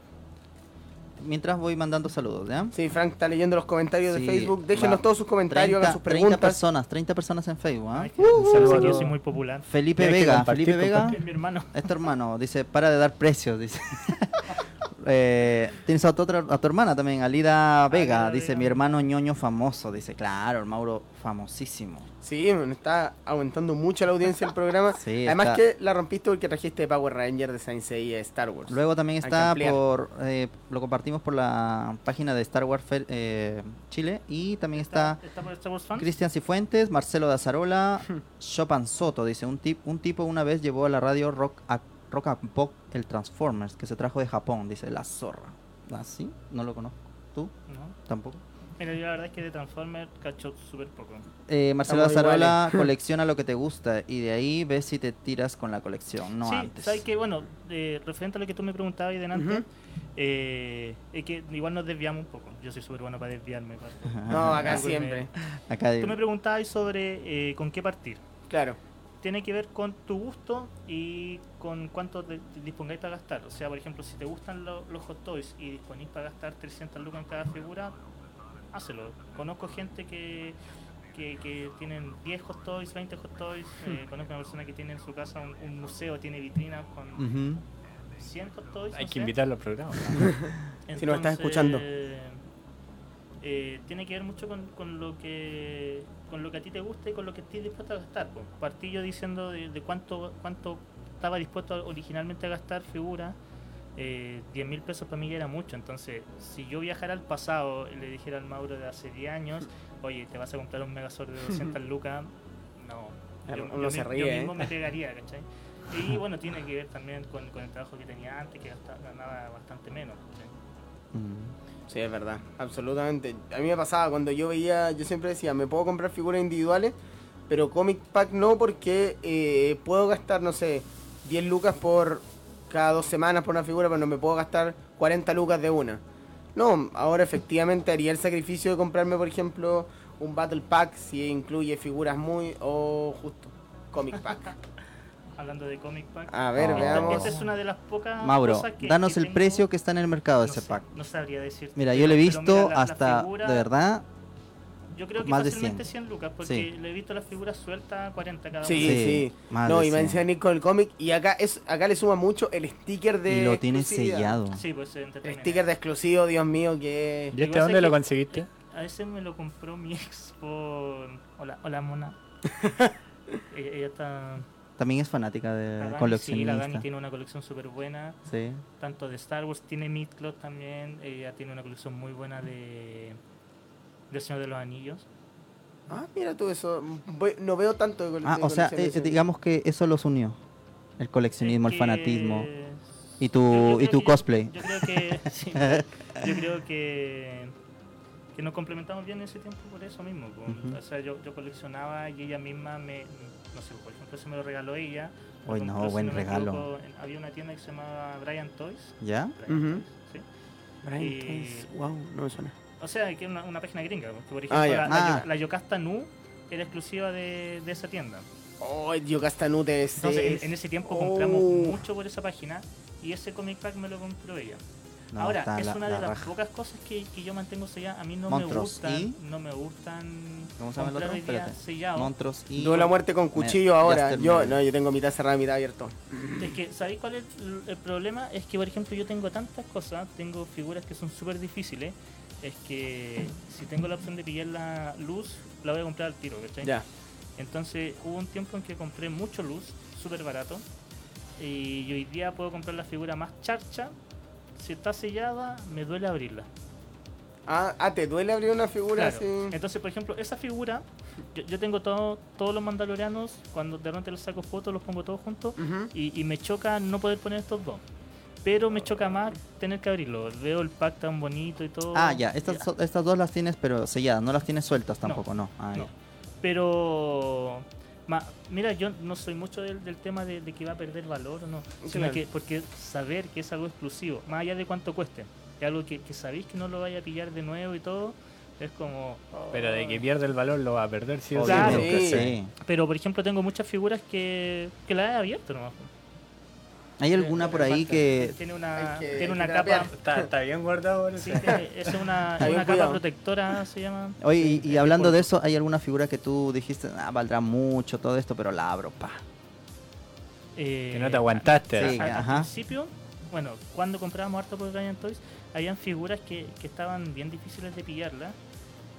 S5: Mientras voy mandando saludos, ¿ya?
S1: sí, Frank está leyendo los comentarios
S5: Sí,
S1: de Facebook, déjenos
S5: va.
S1: todos sus comentarios, hagan sus
S5: 30
S1: preguntas.
S5: personas, 30 personas en Facebook, ¿ah?
S2: Ay, que- sabes que
S4: saludo.
S2: yo soy muy popular.
S5: Felipe
S4: Tienes que
S5: Vega,
S4: compartir,
S5: Felipe Vega,
S4: compartir.
S2: Es mi hermano.
S5: es tu Este hermano, dice, para de dar precios, dice. Eh, tienes a tu, otra- a tu hermana también, Alida Vega,
S2: Alida
S5: dice,
S2: Vega.
S5: mi hermano ñoño famoso, dice, claro, el Mauro famosísimo.
S1: Sí, bueno, está aumentando mucho la audiencia del programa.
S5: Sí,
S1: Además
S5: está.
S1: que la rompiste porque trajiste Power Ranger de Saint Seiya de Star Wars.
S5: Luego también
S1: Pues, Hay que
S5: está
S1: ampliar.
S5: por, eh, lo compartimos por la página de Star Wars Fel- eh, Chile y también está
S2: ¿Está por Star Wars fan?
S5: Cristian Cifuentes, Marcelo Dazarola, Chopin Soto, dice, un, tip, un tipo una vez llevó a la radio rock a, rock a pop el Transformers, que se trajo de Japón, dice, la zorra. ¿Ah, sí? No lo conozco. ¿Tú?
S2: No.
S5: Tampoco.
S2: Mira, yo la verdad es que de Transformers cacho súper poco.
S5: Eh, Marcelo
S1: Estamos
S5: Dazarola colecciona lo que te gusta y de ahí ves si te tiras con la colección, no
S2: sí,
S5: antes.
S2: sabes que, bueno, eh, referente a lo que tú me preguntabas y delante, eh, es que igual nos desviamos un poco. Yo soy súper bueno para desviarme. para-
S1: No, acá
S2: Ah, pues
S1: siempre.
S5: Acá
S2: Tú me
S5: digo,
S2: preguntabas sobre eh, con qué partir.
S1: Claro.
S2: Tiene que ver con tu gusto y con cuánto te- te dispongáis para gastar. O sea, por ejemplo, si te gustan lo- los hot toys y disponéis para gastar 300 lucas en cada figura, hácelo. Conozco gente que, que, que tienen 10 hot toys, 20 hot toys. eh, conozco una persona que tiene en su casa un, un museo, tiene vitrinas con
S5: ujú.
S2: 100 hot toys.
S4: Hay
S2: no
S4: que
S2: sé.
S4: invitarlo al programa.
S1: Si nos estás escuchando.
S2: eh, tiene que ver mucho con, con lo que con lo que a ti te gusta y con lo que estés dispuesto a gastar. po. Partí yo diciendo de, de cuánto cuánto estaba dispuesto a- originalmente a gastar figura. Eh, 10 mil pesos para mí ya era mucho. Entonces, si yo viajara al pasado y le dijera al Mauro de hace 10 años, oye, te vas a comprar un Megazord de 200 lucas, no.
S1: Claro,
S2: Yo,
S1: uno
S2: yo
S1: se
S2: mi- yo
S1: ríe, ¿eh?
S2: mismo me pegaría, ¿cachai? Y bueno, tiene que ver también con, con el trabajo que tenía antes, que gasta- ganaba bastante menos. ¿cachai?
S5: Mm.
S1: Sí, es verdad, absolutamente. A mí me pasaba cuando yo veía, yo siempre decía, me puedo comprar figuras individuales, pero Comic Pack no porque eh, puedo gastar, no sé, 10 lucas por cada dos semanas por una figura, pero no me puedo gastar 40 lucas de una. No, ahora efectivamente haría el sacrificio de comprarme, por ejemplo, un Battle Pack si incluye figuras muy o justo Comic Pack. este
S2: Hablando de Comic Pack.
S1: A ver,
S5: No.
S2: esta,
S1: veamos.
S2: esta Este es una de las pocas.
S5: Mauro,
S2: cosas que,
S5: danos
S2: que
S5: el
S2: tengo-
S5: precio que está en el mercado de
S2: no
S5: ese
S2: sé,
S5: pack.
S2: No sabría decir.
S5: Mira, yo lo he visto hasta,
S2: figura,
S5: de verdad,
S2: Yo creo que
S5: más de
S2: fácilmente
S5: 100.
S2: 100 lucas,
S5: Sí.
S2: porque le he visto las figuras sueltas a 40 cada
S1: Sí,
S2: una.
S5: Sí,
S1: sí.
S5: más
S1: No,
S5: de
S1: y me
S5: cien.
S1: encima venir con el cómic. Y acá es acá le suma mucho el sticker de.
S5: y lo tienes
S1: exclusividad.
S5: sellado.
S2: Sí, pues
S1: El
S2: entretenimiento.
S1: sticker de exclusivo, Dios mío, que.
S4: ¿Y este
S2: Lo que pasa
S4: dónde
S2: es
S4: lo
S2: que-
S4: conseguiste?
S2: A veces me lo compró mi ex por. Hola, hola mona. ella, ella está.
S5: También es fanática
S2: la
S5: de
S2: Dani, sí, la
S5: Eh, coleccionista.
S2: Dani tiene una colección súper buena.
S5: Sí.
S2: tanto de Star Wars, tiene Midcloth también, ella tiene una colección muy buena de del Señor de los Anillos.
S1: Ah, mira tú eso. Voy- no veo tanto de cole-
S5: Ah,
S1: de
S5: o sea, eh,
S1: colecciones.
S5: digamos que eso los unió. El coleccionismo, el
S2: Que-
S5: fanatismo. Y tu-
S2: Yo- yo
S5: y
S2: creo
S5: tu
S2: que-
S5: cosplay.
S2: Yo creo que sí, yo creo que que nos complementamos bien en ese tiempo por eso mismo. po.
S5: Ujú.
S2: O sea, yo, yo coleccionaba y ella misma me, no sé, por ejemplo, se me lo regaló ella. Lo
S5: Uy, no,
S2: compró, si
S5: buen
S2: me
S5: regalo.
S2: equivoco, en- había una tienda que se llamaba Brian Toys.
S5: ¿Ya?
S2: Brian
S1: Ujú.
S2: Toys, ¿sí?
S1: Brian
S2: y-
S1: Toys, wow, no me suena.
S2: O sea, que es una, una página gringa. porque, por ejemplo,
S1: Ah, ya.
S2: la, la
S5: Ah.
S2: Yo- la Yocasta Nu era exclusiva de, de esa tienda.
S1: Oh, yo Castanute es.
S2: Entonces, en, en ese tiempo
S1: Oh.
S2: compramos mucho por esa página y ese comic pack me lo compró ella.
S5: No,
S2: Ahora,
S5: está
S2: es
S5: la-
S2: una
S5: la
S2: de las
S5: raja.
S2: pocas cosas que, que yo mantengo sellada. A mí no
S5: Monstruos,
S2: me gustan.
S5: ¿y?
S2: No me gustan.
S5: ¿Cómo se llama el
S2: comprar
S5: otro?
S2: hoy día
S5: Espérate.
S2: sellado.
S5: Montros y...
S1: Duelo a muerte con
S5: Me-
S1: cuchillo
S5: ya
S1: ahora.
S5: terminé.
S1: Yo, no, yo tengo mitad cerrada, mitad abierto.
S2: Es que, ¿sabéis cuál es el, el problema? Es que, por ejemplo, yo tengo tantas cosas, tengo figuras que son súper difíciles. Es que si tengo la opción de pillar la luz, la voy a comprar al tiro, ¿cachai?
S1: Ya.
S2: Entonces hubo un tiempo en que compré mucho luz, súper barato. Y hoy día puedo comprar la figura más charcha. Si está sellada, me duele abrirla.
S1: Ah, ah, te duele abrir una figura
S2: Claro.
S1: así.
S2: Entonces, por ejemplo, esa figura, yo, yo tengo todo, todos los mandalorianos, cuando de repente les saco fotos, los pongo todos juntos.
S1: Ujú.
S2: Y, y me choca no poder poner estos dos. Pero me choca más tener que abrirlo. Veo el pack tan bonito y todo.
S5: Ah, ya. Estas, so- estas dos las tienes, pero selladas. No las tienes sueltas tampoco, no. Ah,
S2: No.
S5: ya.
S2: Pero. ma- mira, yo no soy mucho del, del tema de, de que va a perder valor o no. sino
S1: Claro.
S2: que- porque saber que es algo exclusivo, más allá de cuánto cueste, es algo que, que sabéis que no lo vaya a pillar de nuevo y todo, es como. oh.
S4: Pero de que pierde el valor lo va a perder, sí o sí.
S2: Claro.
S5: Obviamente,
S1: Sí.
S5: sí.
S2: Pero, por ejemplo, tengo muchas figuras que, que las he abierto nomás.
S5: Hay alguna por ahí que...
S2: Tiene una,
S1: Hay que
S2: tiene una
S1: terapear.
S2: capa.
S4: Está, está bien guardado ahora
S2: sí,
S4: sí.
S2: tiene- es una,
S1: Hay
S2: es
S1: un
S2: una
S1: cuidado.
S2: capa protectora, se llama.
S5: Oye, y- y,
S2: es
S5: hablando de
S2: tipo-
S5: eso, ¿hay alguna figura que tú dijiste, ah, valdrá mucho todo esto, pero la abro, pa?
S2: Eh,
S4: Que no te aguantaste.
S5: Sí.
S2: a- a-
S5: ajá.
S2: Al principio, bueno, cuando comprábamos harto por Giant Toys, habían figuras que, que estaban bien difíciles de pillarlas.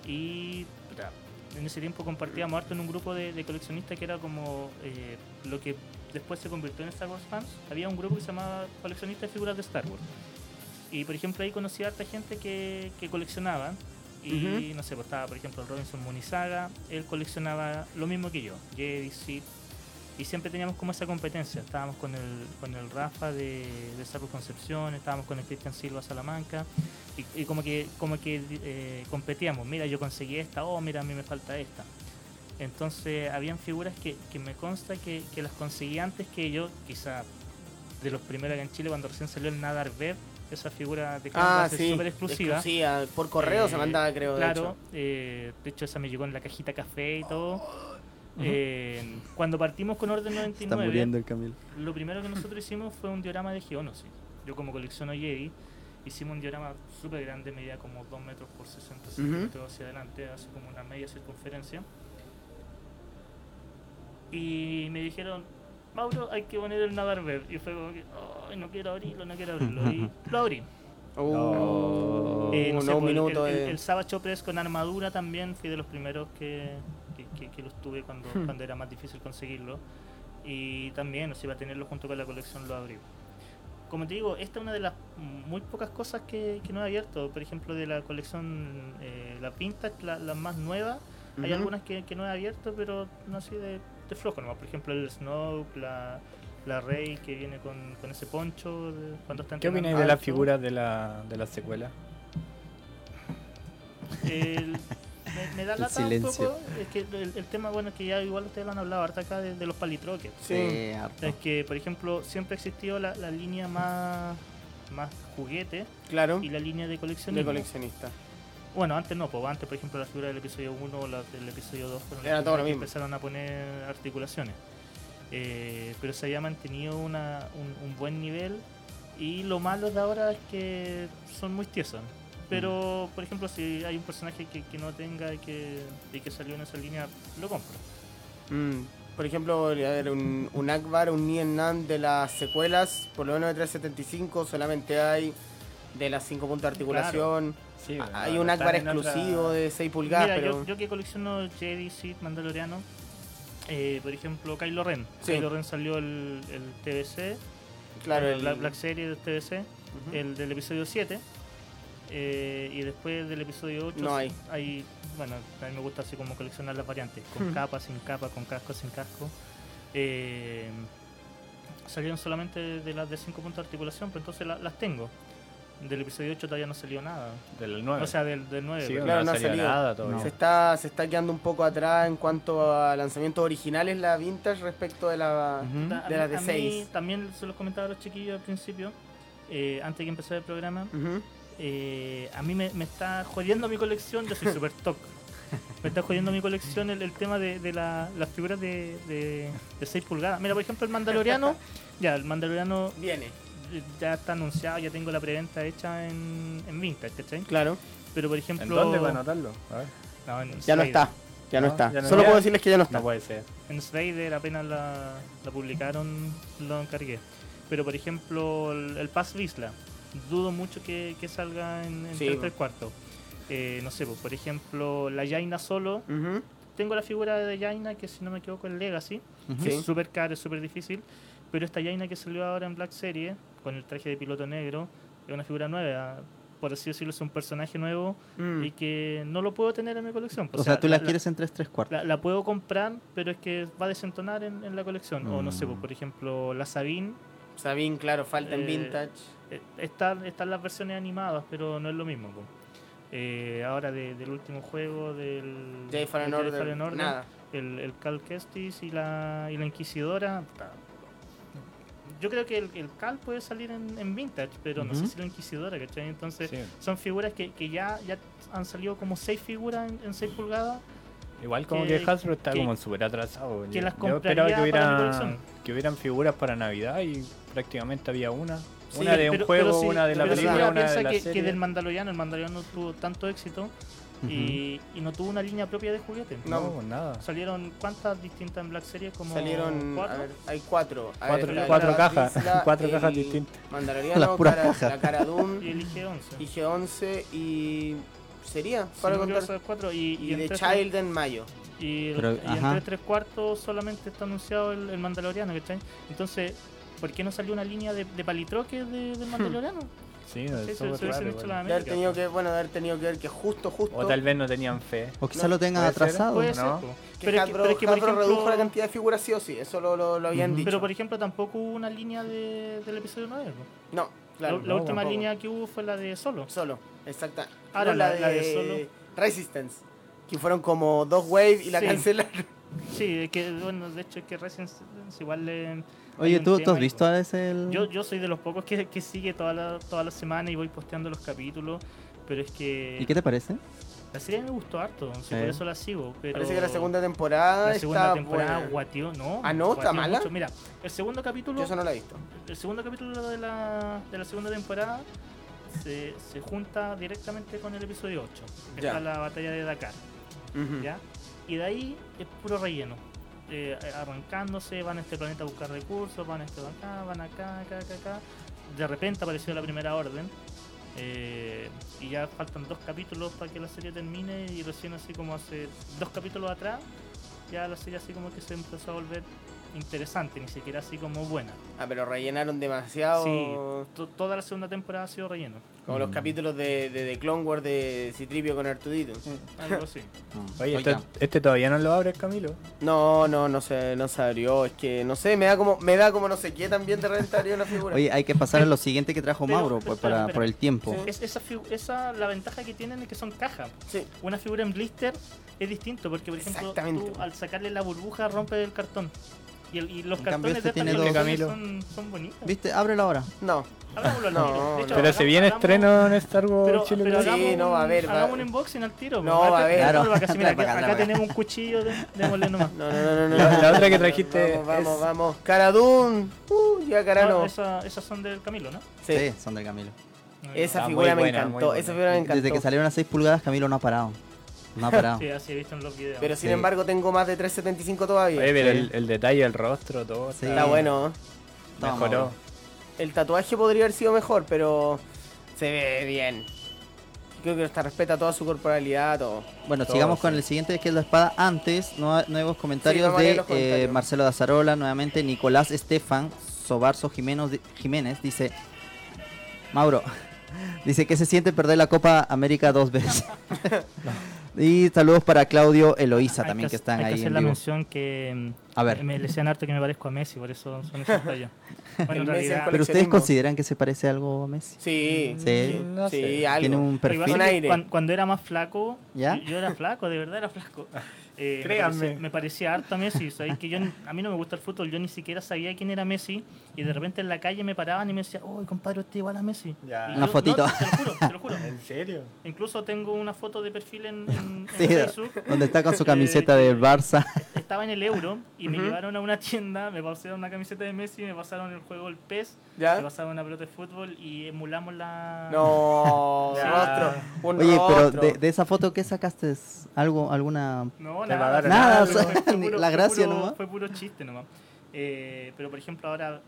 S2: Y puta, en ese tiempo compartíamos harto en un grupo de, de coleccionistas que era como eh, lo que después se convirtió en Star Wars fans. Había un grupo que se llamaba Coleccionistas de Figuras de Star Wars. Y por ejemplo ahí conocí a harta gente que, que coleccionaba. Y no sé, pues estaba por ejemplo el Robinson Munizaga, él coleccionaba lo mismo que yo, Jedi, Sith, y siempre teníamos como esa competencia. Estábamos con el, con el Rafa de, de Cerro Concepción, estábamos con el Cristian Silva Salamanca y, y como que, como que eh, competíamos. Mira, yo conseguí esta, oh, mira, a mí me falta esta. Entonces, habían figuras que, que me consta que, que las conseguí antes que yo, quizá de los primeros acá en Chile, cuando recién salió el Nadar Web, esa figura de
S1: Ah,
S2: canvas es
S1: sí.
S2: súper exclusiva.
S1: exclusiva. Por correo se
S2: Eh,
S1: mandaba, creo. De
S2: Claro,
S1: hecho.
S2: eh, de hecho esa me llegó en la cajita café y todo. Eh, cuando partimos con Orden 99,
S5: Está muriendo el Camilo.
S2: lo primero que nosotros hicimos fue un diorama de Geonosis. Yo como colecciono Jedi, hicimos un diorama súper grande, medía como 2 metros por 60 centímetros hacia adelante, hace como una media circunferencia. Y me dijeron, Mauro, hay que poner el nadar web. Y fue como que, "Ay, no quiero abrirlo, no quiero abrirlo. Y lo abrí.
S1: Uh,
S4: No.
S2: Eh, no
S1: no,
S2: sé,
S1: Uh, un
S2: pues, el-
S1: minuto.
S2: el,
S1: de-
S2: el, Savage Press con armadura también fui de los primeros que, que, que- que los tuve cuando,
S1: Hmm.
S2: cuando era más difícil conseguirlo. Y también, o sea, para tenerlo junto con la colección lo abrí. Como te digo, esta es una de las muy pocas cosas que, que no he abierto. Por ejemplo, de la colección, eh, la Vintage, la, la más nueva, hay
S1: Ujú.
S2: algunas que, que no he abierto, pero no así de, de flojo nomás. Por ejemplo, el Snow, la, la Rey que viene con, con ese poncho. de- cuando está
S4: ¿Qué
S2: entrenando
S4: opináis de
S2: a
S4: las
S2: Alto.
S4: figuras de la, de la secuela?
S2: El- me, me da
S5: El
S2: lata un
S5: silencio.
S2: poco. Es que el, el tema, bueno, que ya igual ustedes lo han hablado harta acá de, de los palitroques.
S1: Sí.
S5: harto.
S2: Es que, por ejemplo, siempre ha existido la, la línea más, más juguete
S1: Claro.
S2: y la línea de coleccionismo.
S1: De coleccionista.
S2: Bueno, antes no, pues antes, por ejemplo, la figura del episodio 1 o la del episodio 2 fueron las
S1: Era todo lo
S2: primeras que
S1: mismo.
S2: empezaron a poner articulaciones. Eh, pero se había mantenido una- un, un buen nivel y lo malo de ahora es que son muy tiesas. Pero,
S1: Mm.
S2: por ejemplo, si hay un personaje que, que no tenga y que, y que salió en esa línea, lo compro.
S1: Mm, Por ejemplo, a ver, un, un Akbar, un Nien Nam de las secuelas, por lo menos de 375, solamente hay de las 5 puntos de articulación.
S4: Sí,
S1: Ah, hay un Akbar exclusivo de 6 pulgadas,
S2: Mira,
S1: pero.
S2: yo, yo que colecciono Jedi, Sith, Mandaloriano, eh, por ejemplo, Kylo Ren.
S1: Sí.
S2: Kylo Ren salió el, el TBC,
S1: claro,
S2: el,
S1: el,
S2: la Black Series del TBC.
S1: Ujú.
S2: el del episodio 7. eh, y después del episodio 8
S1: No hay.
S2: bueno, a mí me gusta así como coleccionar las variantes, con capa, sin capa, con casco, sin casco. Eh, salieron solamente de las de 5 puntos de articulación, pero entonces la- las tengo. Del episodio 8 todavía no salió nada.
S4: De la 9.
S2: O sea, del, del 9.
S4: sí,
S2: pero-
S1: claro,
S4: no
S1: no ha
S4: ha salido
S1: salido.
S4: nada todavía.
S1: Se está, se está quedando un poco atrás en cuanto a lanzamientos originales, la vintage respecto de la.
S5: Ujú.
S2: Ta- a
S1: de
S2: mí-
S1: las de
S2: a mí
S1: seis.
S2: También se los comentaba a los chiquillos al principio, eh, antes que empezara el programa.
S1: Ujú.
S2: eh, a mí me, me está jodiendo mi colección, yo soy super toc. Me está jodiendo mi colección el, el tema de, de la- las figuras de, de, 6 pulgadas. Mira, por ejemplo, el Mandaloriano. ya, el Mandaloriano
S1: Viene,
S2: eh, ya está anunciado, ya tengo la preventa hecha en, en Vintage, ¿cachai?
S1: claro.
S2: Pero, por
S4: ¿En
S2: ejemplo.
S4: dónde va a anotarlo? A ver.
S2: No, en
S1: Ya no
S2: Slider.
S1: está. Ya
S2: Ah,
S1: no,
S4: No,
S1: está.
S4: ya no
S1: Solo
S4: está.
S1: puedo decirles que ya no está.
S4: No puede ser.
S2: En Slider apenas la, la publicaron, lo encargué. Pero, por ejemplo, el, el Paz Visla. Dudo mucho que, que salga en, en
S1: Sí,
S2: tres,
S1: po.
S2: tres cuartos. Eh, no sé, pues, por ejemplo, la Jaina solo.
S1: Ujú.
S2: Tengo la figura de Jaina, que si no me equivoco es Legacy.
S5: Ujú.
S2: que
S1: Sí.
S2: Es súper caro, es súper difícil. Pero esta Jaina que salió ahora en Black Series, con el traje de piloto negro, es una figura nueva. Por así decirlo, es un personaje nuevo
S1: Mm.
S2: y que no lo puedo tener en mi colección.
S5: O sea, tú la
S2: la-
S5: quieres en 3 3 cuartos.
S2: la, la puedo comprar, pero es que va a desentonar en, en la colección. O no sé,
S5: Mm.
S2: pues, por ejemplo, la Sabine,
S1: Sabine, claro, falta en
S2: Eh,
S1: Vintage.
S2: Eh, están, están las versiones animadas, pero no es lo mismo. po. Eh, ahora de- del último juego, del
S1: Jedi Fallen
S2: del Jedi
S1: Order,
S2: Fallen Order,
S1: nada.
S2: el, el Cal Kestis y la, y la Inquisidora. puta. Yo creo que el, el Cal puede salir en, en Vintage, pero no sé
S5: Ujú.
S2: si la Inquisidora, ¿cachai? Entonces
S4: Sí.
S2: son figuras que, que ya, ya han salido como seis figuras en, en seis pulgadas.
S4: Igual como
S2: que-
S4: que, Hasbro está
S2: que-
S4: como súper atrasado.
S2: que las
S4: Yo esperaba
S2: compraría
S4: que,
S2: para mi
S4: hubiera,
S2: colección.
S4: que hubieran figuras para Navidad y prácticamente había una.
S2: Sí,
S4: una de un
S2: pero-
S4: juego,
S2: pero sí,
S4: una de la
S2: pero si
S4: película,
S2: uno
S4: una de
S2: piensa
S4: la
S2: que, que
S4: serie.
S2: del Mandaloriano, el Mandaloriano tuvo tanto éxito y, y no tuvo una línea propia de juguete.
S1: No.
S4: No, nada.
S2: Salieron cuántas distintas en Black Series como
S1: Salieron, a
S2: cuatro.
S1: ver, hay cuatro. A
S4: Cuatro-
S1: ver, la
S4: cuatro
S1: cara
S4: cajas,
S1: Trisla,
S4: cuatro
S1: el
S4: cajas distintas.
S1: Mandaloriano,
S5: Las puras
S1: cara-
S5: cajas.
S1: la cara
S2: y
S1: Doom,
S2: elige 11.
S1: IG 11 y sería
S2: Si
S1: para
S2: no me equivoco,
S1: contar.
S2: esas cuatro y, y
S1: Y
S2: en
S1: The
S2: tres-
S1: Child en mayo.
S2: y, el-
S5: Pero,
S2: y en
S5: ajá.
S2: tres, tres cuartos solamente está anunciado el, el Mandaloriano, ¿cachai? Entonces, ¿por qué no salió una línea de, de palitroques de-
S4: Hmm.
S2: del Mandaloriano?
S4: Sí, no,
S2: Sí,
S4: es súper
S2: se- se hubiesen
S4: raro,
S2: hecho
S4: igual.
S2: la
S1: De haber
S2: América.
S1: tenido que, bueno, de haber tenido que ver que justo, justo.
S4: O tal vez no tenían fe.
S5: O quizá
S1: No,
S5: lo tengan
S4: puede ser,
S5: atrasado.
S2: Puede ser,
S4: ¿no?
S2: po.
S1: que
S2: pero, es que-
S1: Hasbro,
S2: pero es que, por
S1: Hasbro
S2: ejemplo-
S1: redujo la cantidad de figuras sí o sí, eso lo, lo- lo habían
S5: Ujú.
S1: dicho.
S2: pero, por ejemplo, tampoco hubo una línea de- del episodio 9. po.
S1: No, claro.
S2: la la
S4: no,
S2: última
S1: tampoco.
S2: línea que hubo fue la de Solo.
S1: Solo, exacta.
S2: Ahora
S1: No,
S2: la- la de Solo.
S1: Resistance. Que fueron como dos wave y la
S2: Sí.
S1: cancelaron.
S2: Sí, es que, bueno, de hecho es que Residence igual le... hay
S5: Oye,
S2: un
S5: ¿tú, tú
S2: tema
S5: has
S2: ahí,
S5: visto
S2: po.
S5: a ese? el-
S2: Yo, yo soy de los pocos que, que sigue toda la, toda la semana y voy posteando los capítulos, pero es que...
S5: ¿Y qué te parece?
S2: La serie me gustó harto, sí,
S5: Sí.
S2: por eso la sigo, pero...
S1: Parece que la segunda temporada
S2: la segunda
S1: está
S2: temporada
S1: buena.
S2: guateó, ¿no?
S1: Ah, ¿no? ¿Está
S2: guateó
S1: mala?
S2: mucho. Mira, el segundo capítulo...
S1: Yo eso no la he visto.
S2: El segundo capítulo de la, de la segunda temporada se, se junta directamente con el episodio 8. que
S1: Ya. Mm.
S2: Está la batalla de Dakar,
S1: Ujú.
S2: ¿ya? Y de ahí es puro relleno. Eh, arrancándose, van a este planeta a buscar recursos, van a este acá, van acá, acá, acá, acá. De repente apareció la primera orden. eh, y ya faltan dos capítulos para que la serie termine y recién así como hace dos capítulos atrás, ya la serie así como que se empezó a volver interesante, ni siquiera así como buena.
S1: Ah, pero rellenaron demasiado.
S2: Sí, to- toda la segunda temporada ha sido relleno.
S1: Como
S4: Mm.
S1: los capítulos de, de, de Clone Wars de Citripio con Artudito.
S2: Algo así.
S4: Oye, este,
S5: Oigan,
S4: este todavía no lo abres, Camilo.
S1: No, no, no se, no se abrió. Es que no sé, me da como, me da como no sé qué también de repente abrió una figura.
S5: Oye, hay que pasar a lo siguiente que trajo
S2: Pero-
S5: Mauro
S2: pero
S5: pues,
S2: espera,
S5: para,
S2: espera.
S5: por el tiempo.
S1: Sí.
S2: Es- esa, figu- esa- la ventaja que tienen es que son cajas.
S1: Sí.
S2: Una figura en blister es distinto porque, por ejemplo,
S1: Exactamente.
S2: tú, al sacarle la burbuja rompe el cartón. Y, el- y los
S5: En cambio,
S2: cartones
S5: este
S2: de
S5: tiene
S2: estas
S5: dos.
S2: colecciones
S4: Camilo.
S2: son, son bonitos.
S5: ¿Viste? Ábrelo ahora.
S1: No,
S2: Hagámoslo al
S1: No,
S2: tiro. De hecho,
S1: no.
S4: Pero
S2: hagamos-
S4: si viene
S2: hagamos-
S4: estreno en Star Wars
S2: Pero,
S4: Chile.
S2: pero
S1: Sí,
S2: hagamos,
S1: no va a
S2: un-
S1: haber, va-
S2: hagamos un unboxing al tiro.
S1: No,
S2: pues.
S1: va a
S2: Acá-
S1: haber.
S2: acá-
S5: Claro.
S2: acá- mira, acá,
S5: Trae para acá,
S2: acá
S5: trae para
S2: tenemos un cuchillo, de- démosle nomás.
S1: no, no, no, no. no,
S4: La- la
S1: no,
S4: otra que
S1: no,
S4: trajiste
S1: Vamos, vamos,
S4: es-
S1: vamos. Caradún. Uh, ya Carano.
S2: No, esa- esas son del Camilo, ¿no?
S1: Sí.
S5: Sí, son del Camilo.
S1: Esa
S4: Ah, muy
S1: figura me
S4: buena, muy
S1: encantó.
S4: buena.
S1: Esa figura me encantó.
S5: Desde que salieron las 6 pulgadas, Camilo no ha parado. No ha parado.
S2: Sí, así he visto en los videos.
S1: Pero sin
S5: Sí.
S1: embargo tengo más de 375 todavía.
S4: Oye, pero
S5: Sí.
S4: el, el detalle del rostro, todo.
S5: Sí.
S1: Está bueno. ¿eh?
S5: Toma,
S4: Mejoró.
S1: El tatuaje podría haber sido mejor, pero se ve bien. Creo que hasta respeta toda su corporalidad, todo.
S5: Bueno,
S4: Todo,
S5: sigamos
S4: sí.
S5: con el siguiente, que es la espada. Antes, no- nuevos comentarios
S1: vamos a leer
S5: de
S1: los comentarios.
S5: eh, Marcelo Dazarola, nuevamente Nicolás Estefan, Sobarzo Jiménez, di- Jiménez, dice, Mauro, dice que se siente perder la Copa América dos veces. y saludos para Claudio Eloísa
S2: Hay
S5: también, que
S2: hac-
S5: están
S2: hay que
S5: ahí
S2: hacer
S5: en
S2: la
S5: vivo.
S2: mención que mm,
S5: A ver.
S2: me decían harto que me parezco a Messi, por eso son esos tallos. Bueno,
S1: El
S2: en
S1: Messi en
S2: realidad,
S5: Pero ustedes
S1: coleccionismo.
S5: consideran que se parece algo a Messi.
S1: Sí,
S5: Sí.
S1: sí,
S4: No
S1: sí,
S4: sé.
S1: algo.
S5: Tiene un
S2: lo que pasa
S5: perfil.
S1: Con
S2: es que
S1: aire.
S2: cuan- cuando era más flaco,
S5: ¿Ya?
S2: yo, yo era flaco, de verdad era flaco. Eh, me
S4: Créanme.
S2: parecía- Me parecía harto a Messi. ¿sabes? Que yo, n- a mí no me gusta el fútbol, yo ni siquiera sabía quién era Messi. Y de repente en la calle me paraban y me decían, uy, compadre, usted igual a Messi.
S4: Ya.
S2: Y
S5: Una fotito.
S2: no, te lo juro, te lo juro.
S4: ¿En serio?
S2: Incluso tengo una foto de perfil en, en- en
S5: Sí,
S2: Facebook.
S5: donde está con su camiseta del Barça.
S2: estaba en el euro y me
S1: Ujú.
S2: llevaron a una tienda, me pasaron una camiseta de Messi, me pasaron el juego el PES, me
S1: ¿Ya?
S2: pasaron una pelota de fútbol y emulamos la...
S1: No,
S4: Ya.
S1: rostro. Un
S5: Oye, pero
S1: rostro.
S5: de, de esa foto, ¿qué sacaste? ¿Algo, alguna...?
S2: No,
S4: Te va a
S2: nada,
S4: dar
S5: Nada,
S2: fue-
S5: o sea,
S2: fue
S5: ni
S2: puro-
S5: la
S2: fue
S5: gracia
S2: puro-
S5: nomás.
S2: Fue puro chiste nomás. Eh, pero por ejemplo ahora,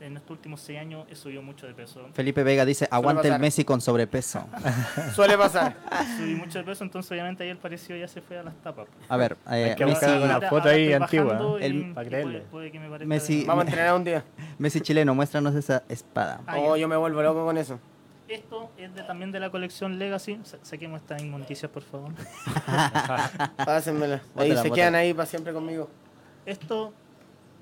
S2: en estos últimos seis años he subido mucho de peso.
S5: Felipe Vega dice, aguante el
S1: pasar.
S5: Messi con sobrepeso.
S1: Suele pasar.
S2: Subí mucho de peso, entonces obviamente ahí el parecido ya se fue a las tapas.
S5: A ver, eh,
S4: Hay que
S5: Messi,
S4: buscar alguna
S2: Ahora-
S4: foto
S2: ahora
S4: ahí
S2: estoy
S4: antigua,
S2: bajando y-
S5: el-
S2: y
S4: para creerle.
S2: puede- puede que me parezca
S5: Messi-
S2: de-
S1: Vamos a entrenar un día.
S5: Messi chileno, muéstranos esa espada.
S2: Ah,
S1: Oh,
S2: ya.
S1: yo me vuelvo loco con eso.
S2: Esto es de- también de la colección Legacy. Sa- Saquemos estas inmundicias, por favor.
S1: Pásenmela. Ahí
S5: Bótala,
S1: se
S5: bótala.
S1: quedan ahí para siempre conmigo.
S2: Esto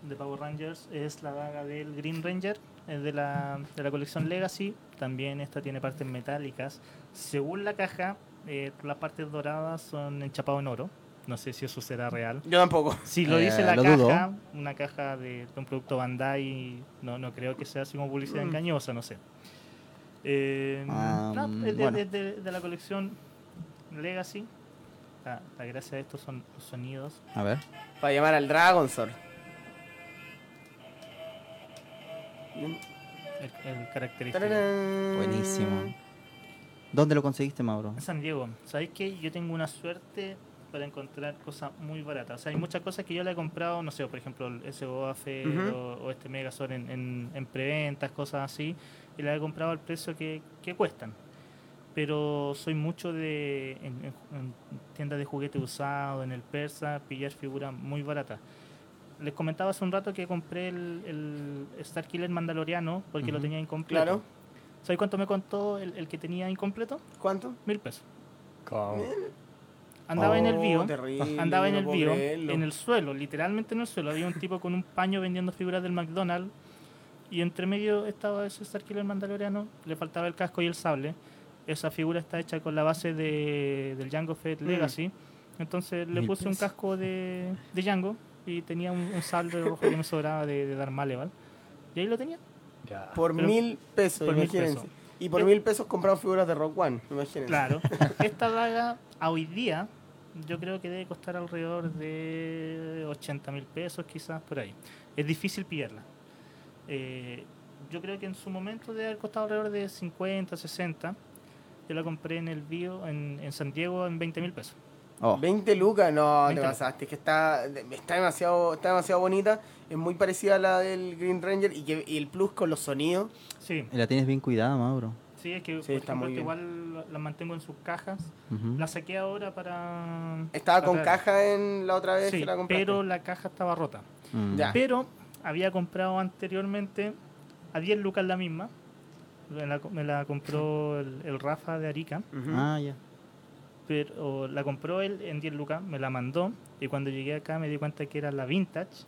S2: de Power Rangers es la daga del Green Ranger, eh, de la, de la colección Legacy. También esta tiene partes metálicas. Según la caja, eh, las partes doradas son enchapadas en oro. No sé si eso será real.
S1: Yo tampoco.
S2: Si lo
S5: Eh,
S2: dice la
S5: lo
S2: caja,
S5: dudo.
S2: una caja de, de un producto Bandai, no, no creo que sea así como publicidad engañosa, no sé. Eh,
S5: Ah,
S2: no,
S5: mm,
S2: es de,
S5: bueno.
S2: es de- de la colección Legacy. La, la gracia de estos son los sonidos.
S5: A ver.
S1: Para llamar al Dragon Sword.
S2: El, el característico.
S1: Tararán.
S5: Buenísimo. ¿Dónde lo conseguiste, Mauro?
S2: San Diego, ¿sabéis que yo tengo una suerte para encontrar cosas muy baratas? O sea, hay muchas cosas que yo le he comprado, no sé, por ejemplo, el- ese Boba Fett
S1: Ujú.
S2: o, o este Megazord en, en, en preventas, cosas así, y las he comprado al precio que, que cuestan. Pero soy mucho de en, en- en tiendas de juguete usado, en el persa, pillar figuras muy baratas. Les comentaba hace un rato que compré el, el Star Killer Mandaloriano porque lo
S5: Ujú.
S2: tenía incompleto.
S1: Claro.
S2: ¿Sabéis cuánto me contó el, el que tenía incompleto?
S1: ¿Cuánto?
S2: Mil pesos.
S4: Como-
S2: Andaba en el
S1: Oh,
S2: bio,
S1: terrible,
S2: andaba en
S1: no
S2: el
S1: puedo
S2: bio,
S1: creerlo.
S2: en el suelo, literalmente en el suelo. Había un tipo con un paño vendiendo figuras del McDonald's y entre medio estaba ese Star Killer mandaloriano, le faltaba el casco y el sable. Esa figura está hecha con la base de, del Django Fett
S1: Mm.
S2: Legacy. Entonces le
S5: Mil
S2: puse un
S5: pesos.
S2: casco de, de Django y tenía un, un sable rojo que me sobraba de, de Darth Maleval. Y ahí lo tenía.
S4: Ya.
S1: Por
S2: Pero-
S1: mil pesos,
S2: por mil
S1: imagínense.
S2: pesos.
S1: Y por
S2: Yo-
S1: mil pesos compraron figuras de Rock One, imagínense.
S2: Claro. Esta daga a hoy día yo creo que debe costar alrededor de 80 mil pesos, quizás por ahí. Es difícil pillarla. Eh, yo creo que en su momento debe haber costado alrededor de 50, 60. Yo la compré en el bio, en, en San Diego, en 20 mil pesos.
S5: Oh.
S1: 20 lucas, no,
S2: 20
S1: te
S2: lucas.
S1: pasaste, es que está, está, demasiado, está demasiado bonita, es muy parecida a la del Green Ranger y, que, y el plus con los sonidos.
S2: Sí,
S5: Y la tienes bien cuidada, Mauro.
S2: sí, es que
S1: Sí,
S2: por
S1: está
S2: ejemplo,
S1: muy
S2: que igual la- las mantengo en sus cajas.
S5: Ujú.
S2: La saqué ahora para.
S1: Estaba
S2: para
S1: con
S2: traer.
S1: caja en la otra vez
S2: Ah, Sí,
S1: que la compraste.
S2: pero la caja estaba rota.
S5: Mm.
S1: Ya.
S2: Pero había comprado anteriormente a 10 lucas la misma. Me la, me la compró el, el Rafa de Arica.
S1: Ujú.
S5: Ah, ya.
S2: Pero la compró él en 10 lucas, me la mandó. Y cuando llegué acá me di cuenta que era la vintage.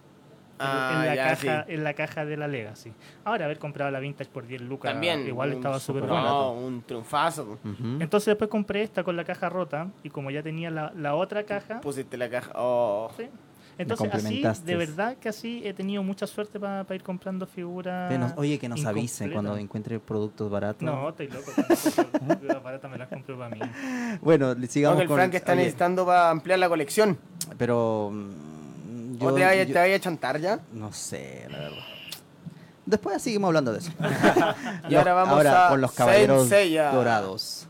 S2: en-
S1: Ah,
S2: en, la
S1: ya, sí.
S2: caja, en la caja de la Legacy. Ahora haber comprado la vintage por 10 lucas
S1: También.
S2: igual
S1: un
S2: estaba
S1: super-
S2: súper buena.
S1: No, un triunfazo.
S5: Ujú.
S2: Entonces después compré esta con la caja rota. Y como ya tenía la, la otra caja,
S1: Pusiste la caja. Oh.
S2: Sí. Entonces, así,
S5: complementaste.
S2: de verdad que así he tenido mucha suerte para ir comprando figuras.
S5: Que nos- oye, que nos avise
S2: incompletas.
S5: cuando encuentre productos baratos.
S2: No, estoy loco. tampoco. Las baratas me las compro para mí.
S5: Bueno,
S1: No,
S5: sigamos
S1: que el
S5: con...
S1: Frank está
S5: oye,
S1: necesitando para ampliar la colección.
S5: Pero... mm,
S1: ¿O
S5: yo-
S1: te vaya,
S5: yo-
S1: te vaya a chantar ya?
S5: No sé, la verdad. Después seguimos hablando de eso.
S1: Y ahora vamos a
S5: con los caballeros
S1: Saint Seiya.
S5: dorados.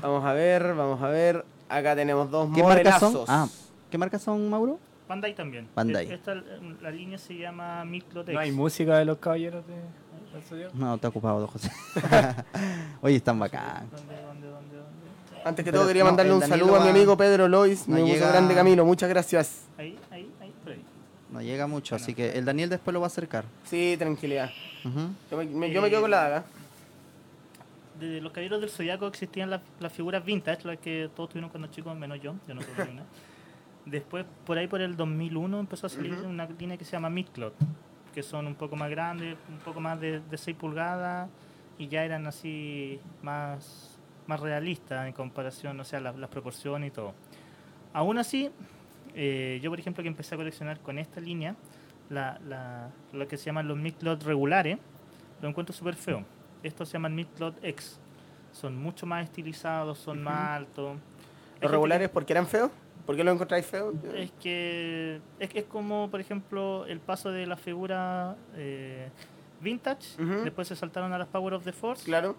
S1: Vamos a ver, vamos a ver. Acá tenemos dos
S5: ¿Qué marcas
S1: modelazos.
S5: son? Ah, ¿qué marcas son, Mauro?
S2: Bandai también. E-,
S5: Bandai.
S2: Esta, la línea se llama Miclotex.
S4: ¿No hay música de los caballeros de del Zodiaco?
S5: No, te ha ocupado, don José. Oye, están bacán.
S2: ¿Dónde, dónde, dónde, dónde?
S1: Antes que
S5: Pero
S1: todo quería
S5: no,
S1: mandarle
S5: el
S1: un
S5: Danilo
S1: saludo a mi
S5: va-
S1: amigo Pedro Lois,
S5: no
S1: mi
S5: llega-
S1: llega... grande camino, muchas gracias.
S2: Ahí, ahí, ahí, por ahí.
S5: No llega mucho, así que el Daniel después lo va a acercar.
S1: Sí, tranquilidad.
S5: Ujú.
S1: Yo me, me- yo me quedo con la daga.
S2: Desde los caballeros del Zodiaco existían las, las figuras vintage, las que todos tuvieron cuando chicos, menos yo. Yo no tuve ni una. Después, por ahí por el 2001, empezó a salir una línea que se llama Midcloth, que son un poco más grandes, un poco más de, de 6 pulgadas, y ya eran así más, más realistas en comparación, o sea, las, las proporciones y todo. Aún así, eh, yo por ejemplo que empecé a coleccionar con esta línea, la, la- lo que se llaman los Midcloth regulares, lo encuentro súper feo. Estos se llaman Midcloth X. Son mucho más estilizados, son más altos. Hay
S1: Los
S2: gente que-
S1: regulares, porque eran feos? ¿Por qué los encontráis feos?
S2: es que es, que es como, por ejemplo, el paso de la figura eh, vintage,
S1: Ujú.
S2: después se saltaron a las Power of the Force
S1: Claro.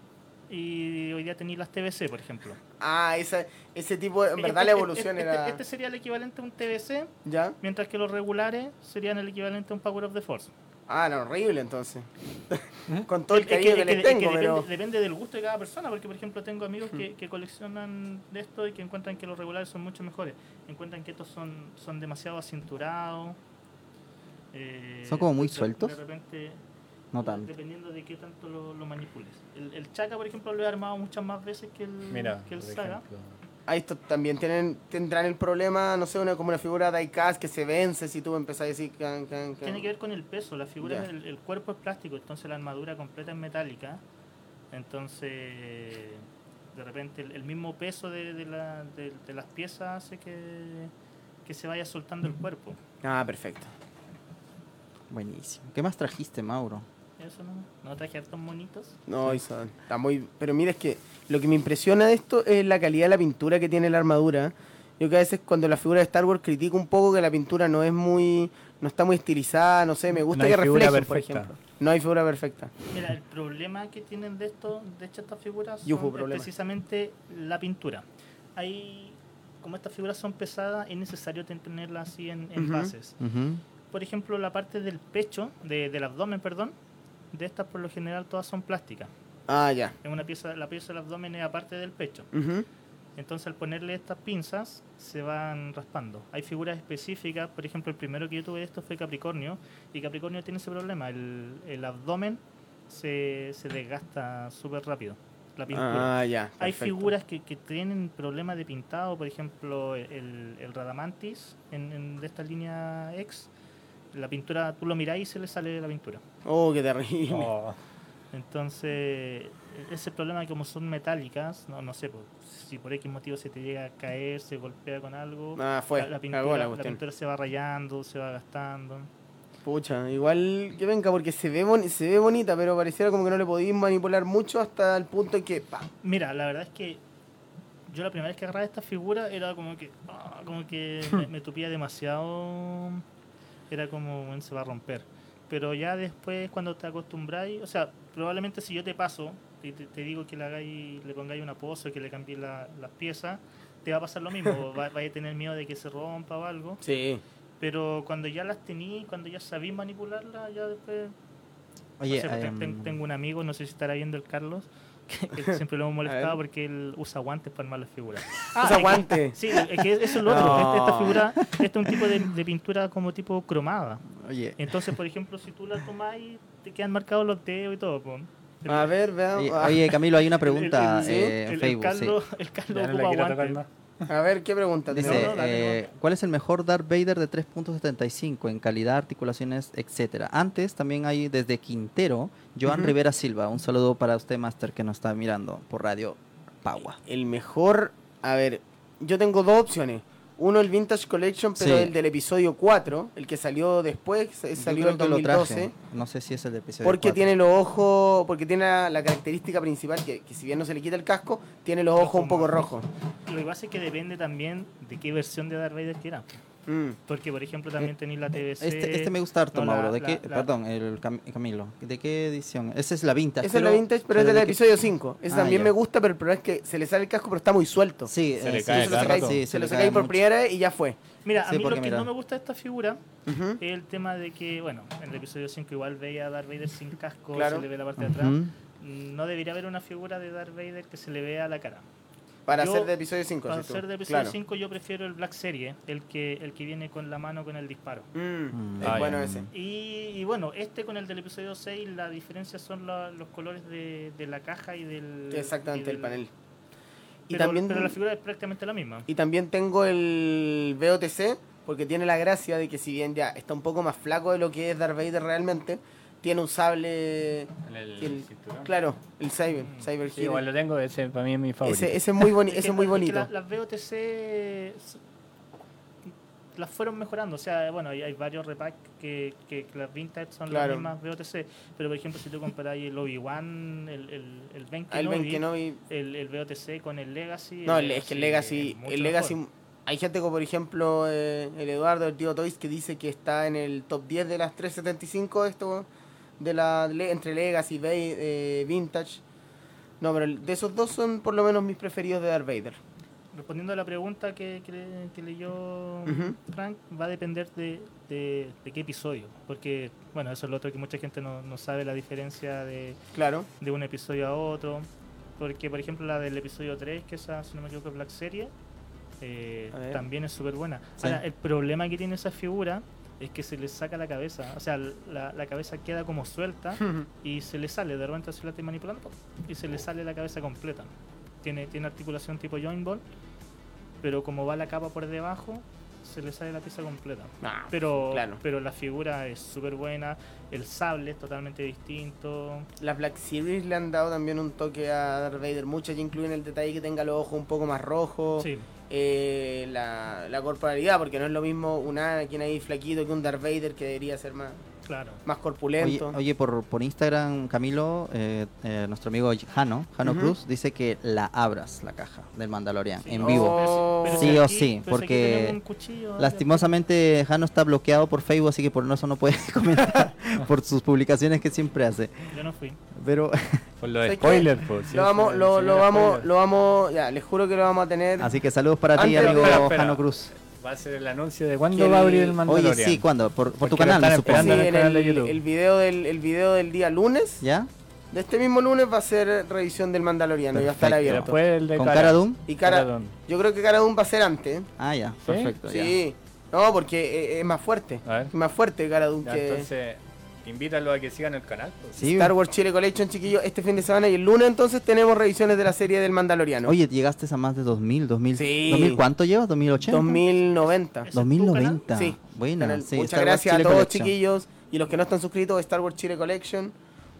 S2: y hoy día tenéis las TBC, por ejemplo.
S1: Ah, esa, ese tipo, de- en verdad
S2: Este-
S1: la evolución
S2: este-
S1: era...
S2: Este sería el equivalente a un TBC,
S1: ¿Ya?
S2: mientras que los regulares serían el equivalente a un Power of the Force.
S1: Ah, no, horrible entonces. Con todo el
S2: ¿Mm? Es que-
S1: cariño que,
S2: es que-
S1: les
S2: es que
S1: tengo, pero... Hmm.
S2: depende, depende del gusto de cada persona, porque por ejemplo tengo amigos que, que coleccionan de esto y que encuentran que los regulares son mucho mejores. Encuentran que estos son, son demasiado acinturados. eh,
S5: ¿Son como muy
S2: de-
S5: sueltos?
S2: De repente,
S5: No tanto.
S2: Dependiendo de qué tanto lo, lo manipules. El, el Chaka, por ejemplo, lo he armado muchas más veces que el,
S4: Mira,
S2: que el
S4: por
S2: Saga.
S4: ejemplo,
S1: ahí esto también tienen, tendrán el problema, no sé, una, como una figura diecast que se vence si tú empezás a decir can, can, can.
S2: Tiene que ver con el peso, la figura,
S1: Ya.
S2: es el, el cuerpo es plástico, entonces la armadura completa es metálica. Entonces, de repente, el, el mismo peso de, de la- de- de las piezas hace que, que se vaya soltando el cuerpo.
S1: Ah, perfecto.
S5: Buenísimo. ¿Qué más trajiste, Mauro?
S2: Eso no, no traje hartos monitos.
S1: No, Isa, está muy... Pero mira, es que lo que me impresiona de esto es la calidad de la pintura que tiene la armadura. Yo que a veces cuando la figura de Star Wars critico un poco que la pintura no es muy... No está muy estilizada, no sé, me gusta
S4: No hay
S1: que
S4: figura
S1: refleje, por
S4: perfecta.
S1: ejemplo. No hay figura perfecta.
S2: Mira, el problema que tienen de esto, de hecho estas figuras son-
S1: Yujú,
S2: es
S1: problema.
S2: precisamente la pintura. Hay, como estas figuras son pesadas, es necesario ten- tenerlas así en, en
S1: Ujú.
S2: bases. Por ejemplo, la parte del pecho, de- del abdomen, perdón, de estas por lo general todas son plásticas.
S1: Ah, ya.
S2: Es una pieza, la pieza del abdomen es aparte del pecho.
S1: Ujú.
S2: Entonces, al ponerle estas pinzas, se van raspando. Hay figuras específicas, por ejemplo, el primero que yo tuve de esto fue Capricornio, y Capricornio tiene ese problema: el, el abdomen se, se desgasta súper rápido. La pintura.
S1: Ah, ya.
S2: Hay
S1: perfecto.
S2: figuras que, que tienen problemas de pintado, por ejemplo, el, el Radamantis en, en- de esta línea X. La pintura, tú lo mirás y se le sale la pintura.
S1: Oh, qué terrible.
S4: Oh,
S2: Entonces, ese problema que como son metálicas, no, no sé, po, si por X motivo se te llega a caer, se golpea con algo,
S1: Ah, fue.
S2: la, la
S1: Cagó
S2: pintura,
S1: la
S2: la
S1: cuestión.
S2: pintura se va rayando, se va gastando.
S1: Pucha, igual que venga, porque se ve, boni- se ve bonita, pero pareciera como que no le podéis manipular mucho hasta el punto en que... ¡pam!
S2: Mira, la verdad es que yo la primera vez que agarraba esta figura era como que, ah, como que me, me tupía demasiado, era como, "Bueno, se va a romper. Pero ya después, cuando te acostumbráis, o sea, probablemente si yo te paso, te, te- te digo que le, hagáis, le pongáis una pose, que le cambiéis la- las piezas, te va a pasar lo mismo, va, vais a tener miedo de que se rompa o algo.
S1: Sí.
S2: Pero cuando ya las tení, cuando ya sabí manipularlas, ya después
S5: Oye,
S2: no sé, ten-
S5: em,
S2: ten- tengo un amigo, no sé si estará viendo el Carlos, que, que siempre lo hemos molestado porque él usa guantes para armar las figuras.
S1: Usa
S2: es que-
S1: guante.
S2: sí, es que eso es lo otro.
S1: No.
S2: este- Esta, figura, este es un tipo de, de pintura como tipo cromada.
S5: oye,
S2: Entonces, por ejemplo, si tú la tomás y te quedan marcados los dedos y todo. po. El-
S1: A ver, veamos.
S5: oye, oye, Camilo, hay una pregunta
S2: el-
S1: Ah, el-
S5: eh, en
S2: el- el
S5: Facebook. sí.
S2: Carlos, el Carlos
S4: ya no la
S2: ocupa
S4: quiero tocar
S2: guantes.
S4: más.
S1: A ver, ¿qué pregunta?
S5: Dice,
S1: tenemos?
S2: no, dale,
S5: eh, ¿cuál es el mejor Darth Vader de 3.75 en calidad, articulaciones, etcétera? Antes también hay desde Quintero, Joan
S1: Ujú.
S5: Rivera Silva. Un saludo para usted, Master, que nos está mirando por Radio Pagua.
S1: El mejor... A ver, yo tengo dos opciones. Uno, el Vintage Collection, pero
S5: Sí.
S1: el del episodio 4, el que salió después, sa-
S5: Yo
S1: salió
S5: creo
S1: el
S5: que lo
S1: 2012.
S5: traje. No sé si es el de episodio
S1: Porque
S5: cuatro.
S1: tiene los ojos, porque tiene la, la característica principal, que, que si bien no se le quita el casco, tiene los ojos un poco rojos.
S2: Lo que pasa es que depende también de qué versión de Darth Vader quieras.
S1: Mm.
S2: Porque, por ejemplo, también tenéis la TVC.
S5: Este, este me gusta harto,
S2: no, la-
S5: Mauro. ¿De
S2: la-
S5: qué?
S2: la-
S5: Perdón, el Cam- Camilo. ¿De qué edición? Esa es la vintage.
S1: Esa es la vintage, pero es
S5: de
S1: del
S5: qué-
S1: episodio 5. Esa
S5: Ah,
S1: también
S5: ya.
S1: me gusta, pero el problema es que se le sale el casco, pero está muy suelto.
S5: Sí,
S4: Se
S5: eh,
S4: le
S5: sí,
S4: cae
S1: se lo
S4: cada
S1: sacáis,
S4: rato.
S5: sí,
S1: se lo
S5: le
S1: sacáis
S5: cae
S1: por
S5: mucho.
S1: primera vez y ya fue.
S2: Mira, a mí
S5: Sí,
S2: lo
S5: porque
S2: que
S5: mira.
S2: no me gusta de esta figura
S1: Ujú.
S2: el tema de que, bueno, en el episodio 5 igual veía a Darth Vader sin casco,
S1: Claro.
S2: se le ve la parte de atrás.
S5: Ujú.
S2: No debería haber una figura de Darth Vader que se le vea la cara.
S1: Para
S2: Yo-
S1: ser de episodio 5.
S2: Para ser de episodio 5 yo prefiero el Black Series, el que, el que viene con la mano con el disparo.
S5: Mm.
S1: es
S4: Ah,
S1: bueno
S4: ya.
S1: ese.
S2: Y, y bueno, este con el del episodio 6, la diferencia son la- los colores de, de la caja y del...
S1: Exactamente,
S2: y
S1: el
S2: del-
S1: panel. Y
S2: Pero,
S1: también,
S2: pero la figura es prácticamente la misma.
S1: y también tengo el BOTC, porque tiene la gracia de que si bien ya está un poco más flaco de lo que es Darth Vader realmente, tiene un sable...
S4: En el
S1: el-
S4: cinturón.
S1: Claro, el Cyber,
S2: Ah. Mm.
S1: Cyber
S4: Sí,
S1: Hero.
S4: igual lo tengo, ese para mí es mi favorito.
S1: ese, ese es muy, boni-
S2: Es que-
S1: ese es muy
S2: es que
S1: bonito.
S2: la- las BOTC s- las fueron mejorando. O sea, bueno, hay, hay varios repack que, que- que las vintage son
S1: Claro.
S2: las mismas BOTC. Pero, por ejemplo, si tú comparas el Obi-Wan, el, el, el Ben
S1: Ah, El
S2: Kenobi,
S1: Ben Kenobi
S2: el, el BOTC con el Legacy.
S1: No, el- es que el
S2: es
S1: Legacy.
S2: mucho
S1: El Legacy
S2: mejor.
S1: hay gente como, por ejemplo, eh, el Eduardo, el tío Toys, que dice que está en el top 10 de las 375, esto, de la, le- entre Legacy, Ve- eh, Vintage. No, pero el- de esos dos son por lo menos mis preferidos de Darth Vader.
S2: Respondiendo a la pregunta que, que le- que leyó
S1: Ujú.
S2: Frank, va a depender de, de- de qué episodio. Porque, bueno, eso es lo otro que mucha gente no- no sabe la diferencia de,
S1: Claro.
S2: de un episodio a otro. Porque, por ejemplo, la del episodio 3, que esa, si no me equivoco, es Black Series, eh,
S1: A ver.
S2: también es súper buena.
S5: Sí.
S2: Ahora, el problema que tiene esa figura es que se le saca la cabeza. O sea, la, la cabeza queda como suelta y se le sale. De repente se
S1: Oh.
S2: la estoy manipulando y se le sale la cabeza completa. Tiene, tiene articulación tipo joint ball pero como va la capa por debajo, se le sale la pieza completa.
S1: Ah,
S2: Pero,
S1: claro.
S2: pero la figura es súper buena, el sable es totalmente distinto.
S1: Las Black Series le han dado también un toque a Darth Vader, muchas ya incluyen el detalle que tenga los ojos un poco más rojos,
S2: Sí,
S1: eh, la, la corporalidad, porque no es lo mismo un Anakin ahí flaquito que un Darth Vader que debería ser más,
S2: claro.
S1: más
S5: Oye,
S1: corpulento.
S5: oye, por, por Instagram, Camilo, eh, eh, nuestro amigo Jano, Jano
S1: Ujú.
S5: Cruz, dice que la abras, la caja del Mandalorian,
S2: Sí.
S5: en
S1: Oh.
S5: vivo. Sí
S2: si
S5: o
S2: aquí-
S5: sí,
S2: si aquí
S5: porque
S2: tenemos un cuchillo,
S5: Lastimosamente, Jano está bloqueado por Facebook, así que por eso no puede comentar por sus publicaciones que siempre hace.
S2: Yo no fui.
S5: Pero
S4: Por lo de
S1: ¿Sabes qué?
S4: spoiler, por
S1: lo vamos, lo, lo vamos, lo vamos, ya, les juro que lo vamos a tener.
S5: Así que saludos para ti,
S1: Antes-
S5: amigo
S4: Espera, espera.
S5: Jano Cruz.
S4: Va a ser el anuncio de cuándo
S1: Que
S4: va a
S1: el-
S4: abrir el
S5: Oye,
S4: Mandalorian.
S5: sí, ¿cuándo? Por, por tu
S4: Porque lo
S5: canal,
S4: están
S5: me supongo.
S1: Eh, Sí,
S4: esperando en el
S1: en
S4: canal de
S1: el,
S4: YouTube.
S1: el video del, el video del día lunes,
S5: ¿Ya?
S1: de este mismo lunes va a ser revisión del Mandaloriano, y va a estar
S5: Perfecto.
S4: Y
S1: abierto.
S4: Después el de
S5: ¿Con Cara Doom?
S1: Y cara,
S4: Caradón.
S1: yo creo que Cara Dune va a ser antes. ¿eh?
S5: Ah, ya, perfecto. ya.
S1: Sí, no, porque eh, es, es más fuerte.
S4: A ver.
S1: Es más fuerte Cara Dune
S4: Ya,
S1: que
S4: Entonces, invítalo a que sigan el canal. pues.
S5: Sí.
S1: Star Wars Chile Collection, chiquillos. Este fin de semana y el lunes entonces tenemos revisiones de la serie del Mandaloriano.
S5: Oye, llegaste a más de 2000, 2000.
S1: Sí.
S5: 2000 ¿Cuánto llevas? ¿2080?
S1: 2090.
S2: ¿Ese es tu
S5: 2090.
S1: canal? Sí.
S5: Bueno,
S1: Canal.
S5: sí,
S1: Muchas
S5: Star Wars
S1: gracias
S5: Chile
S1: a todos,
S5: Collection.
S1: chiquillos. Y los que no están suscritos, Star Wars Chile Collection.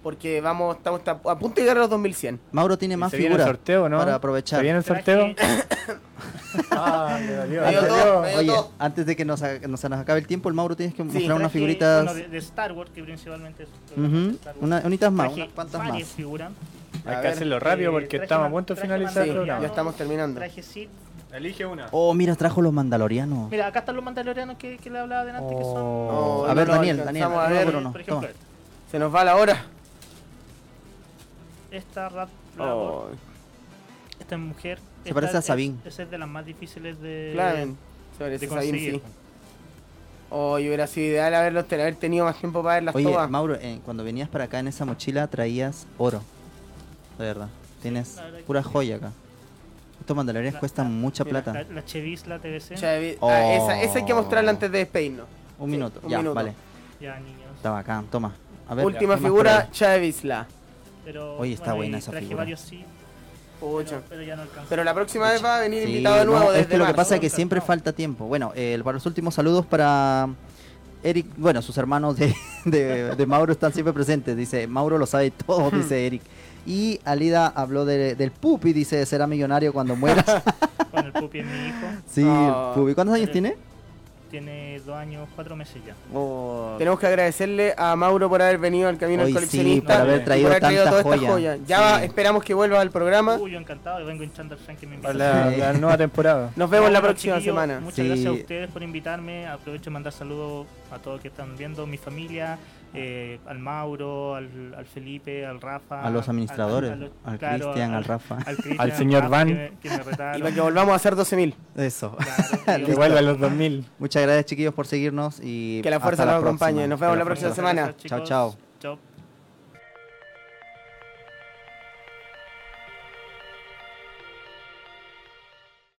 S1: Porque vamos, estamos ta- a punto de llegar a los 2100.
S5: Mauro tiene
S4: Y
S5: más
S4: se viene el
S5: figuras
S4: sorteo, ¿no?
S5: para
S4: ¿Se
S5: aprovechar.
S4: viene el sorteo?
S2: Traje-
S4: ah, le dolió.
S1: Me dio
S5: Antes-
S1: todo, me dio
S5: Oye,
S1: todo.
S5: antes de que nos, ha- nos- se nos acabe el tiempo, el Mauro tienes que
S2: traje,
S5: mostrar unas figuritas.
S2: bueno, de, de Star Wars, que principalmente es
S5: Ujú,
S2: de Star Wars.
S5: una- unitas más,
S2: Traje
S5: unas cuantas
S2: varias
S5: más.
S2: figuras.
S4: Hay
S1: A
S4: que
S1: ver,
S4: hacerlo rápido
S2: eh,
S4: porque
S2: traje
S4: estamos a
S2: man-
S4: punto de
S2: traje
S4: finalizar el
S1: Sí,
S2: mandaloriano.
S4: programa.
S1: ya estamos terminando.
S2: Traje Sith.
S4: Elige una.
S5: Oh, mira, trajo los mandalorianos.
S2: Mira, acá están los mandalorianos que, que le hablaba delante, que son...
S5: Oh,
S1: No,
S5: a
S1: no
S5: ver,
S1: lo
S5: Daniel, Daniel,
S1: alcanzamos a
S5: uno
S1: ver,
S5: por
S2: eh,
S5: uno,
S2: por ejemplo,
S5: toma.
S2: esta.
S1: Se nos va la hora.
S2: esta Rat Labor,
S1: Oh,
S2: esta es mujer. esta
S5: parece a
S2: es-
S5: Sabine.
S2: Esa es de las más difíciles de,
S1: claro. Se
S2: de
S1: parece a Sabine,
S2: conseguir.
S1: sí. Oh, y hubiera sido ideal haberlos ten- haber tenido más tiempo para ver las
S5: Oye,
S1: todas.
S5: Mauro, eh, cuando venías para acá en esa mochila traías oro. De verdad. Tienes
S2: la verdad que
S5: pura joya acá. Estos mandalorianes
S2: La-
S5: cuestan
S2: la-
S5: mucha
S1: mira,
S5: plata.
S2: La, la Chevis, la TVC.
S1: Chavi-
S5: Oh.
S1: ah, esa, esa hay que mostrarla antes de despedirnos.
S5: Un
S1: sí,
S5: minuto.
S1: un
S5: ya,
S1: minuto.
S5: vale.
S2: ya, niños.
S5: Está bacán, toma. A ver,
S1: Última
S5: ¿qué más
S1: figura,
S5: traes?
S1: Chavisla.
S2: Pero,
S5: Oye, está
S2: bueno,
S5: buena
S2: y
S5: esa
S2: traje
S5: figura.
S2: varios Sith,
S1: Pucha.
S2: pero, pero ya no alcanzó.
S1: Pero la próxima vez va a venir
S5: Sí,
S1: invitado de nuevo
S5: no,
S1: desde
S5: es que lo que
S1: marzo.
S5: pasa es que
S2: Nunca,
S5: siempre
S2: no.
S5: falta tiempo. Bueno, eh, para los últimos saludos para Eric, bueno, sus hermanos de, de- de Mauro están siempre presentes. Dice, Mauro lo sabe todo,
S1: Hmm.
S5: dice Eric. Y Alida habló de- del pupi, dice, será millonario cuando mueras.
S2: Con el pupi es mi hijo.
S5: sí,
S1: Ah.
S5: el pupi. ¿Cuántos años tiene?
S2: Tiene dos años, cuatro meses ya.
S5: Oh,
S1: Tenemos que agradecerle a Mauro por haber venido al camino
S5: Hoy
S1: del
S5: sí,
S1: coleccionista.
S5: por haber
S1: y
S5: traído tanta
S1: todas estas
S5: joya.
S1: joyas. Ya
S5: Sí.
S1: esperamos que vuelvas al programa.
S2: Uy, yo encantado, vengo hinchando al Frank que me invita.
S4: Para la,
S5: Sí.
S4: la nueva temporada.
S1: Nos vemos la
S2: Bueno,
S1: próxima
S2: chiquillos,
S1: semana.
S2: Muchas
S5: Sí.
S2: gracias a ustedes por invitarme. Aprovecho de mandar saludos a todos que están viendo, mi familia, eh, al Mauro, al, al Felipe, al Rafa.
S5: a los
S2: al-
S5: administradores,
S2: los-
S5: al
S2: claro,
S5: Cristian, al Rafa.
S2: al, Cristian,
S4: Al señor
S2: Rafa,
S4: Van.
S2: Que me, que me retaron.
S1: Y para que volvamos a hacer 12.000.
S5: Eso.
S2: Claro,
S4: Que
S2: yo-
S4: vuelva a los 2000.
S5: Muchas gracias, chiquillos, por seguirnos y
S1: Que la fuerza
S5: hasta
S1: nos acompañe.
S5: próxima.
S1: Nos vemos
S5: Que
S1: la próxima
S5: fuerza-
S1: semana.
S2: Chicos,
S5: Chao, chao.
S2: Chao.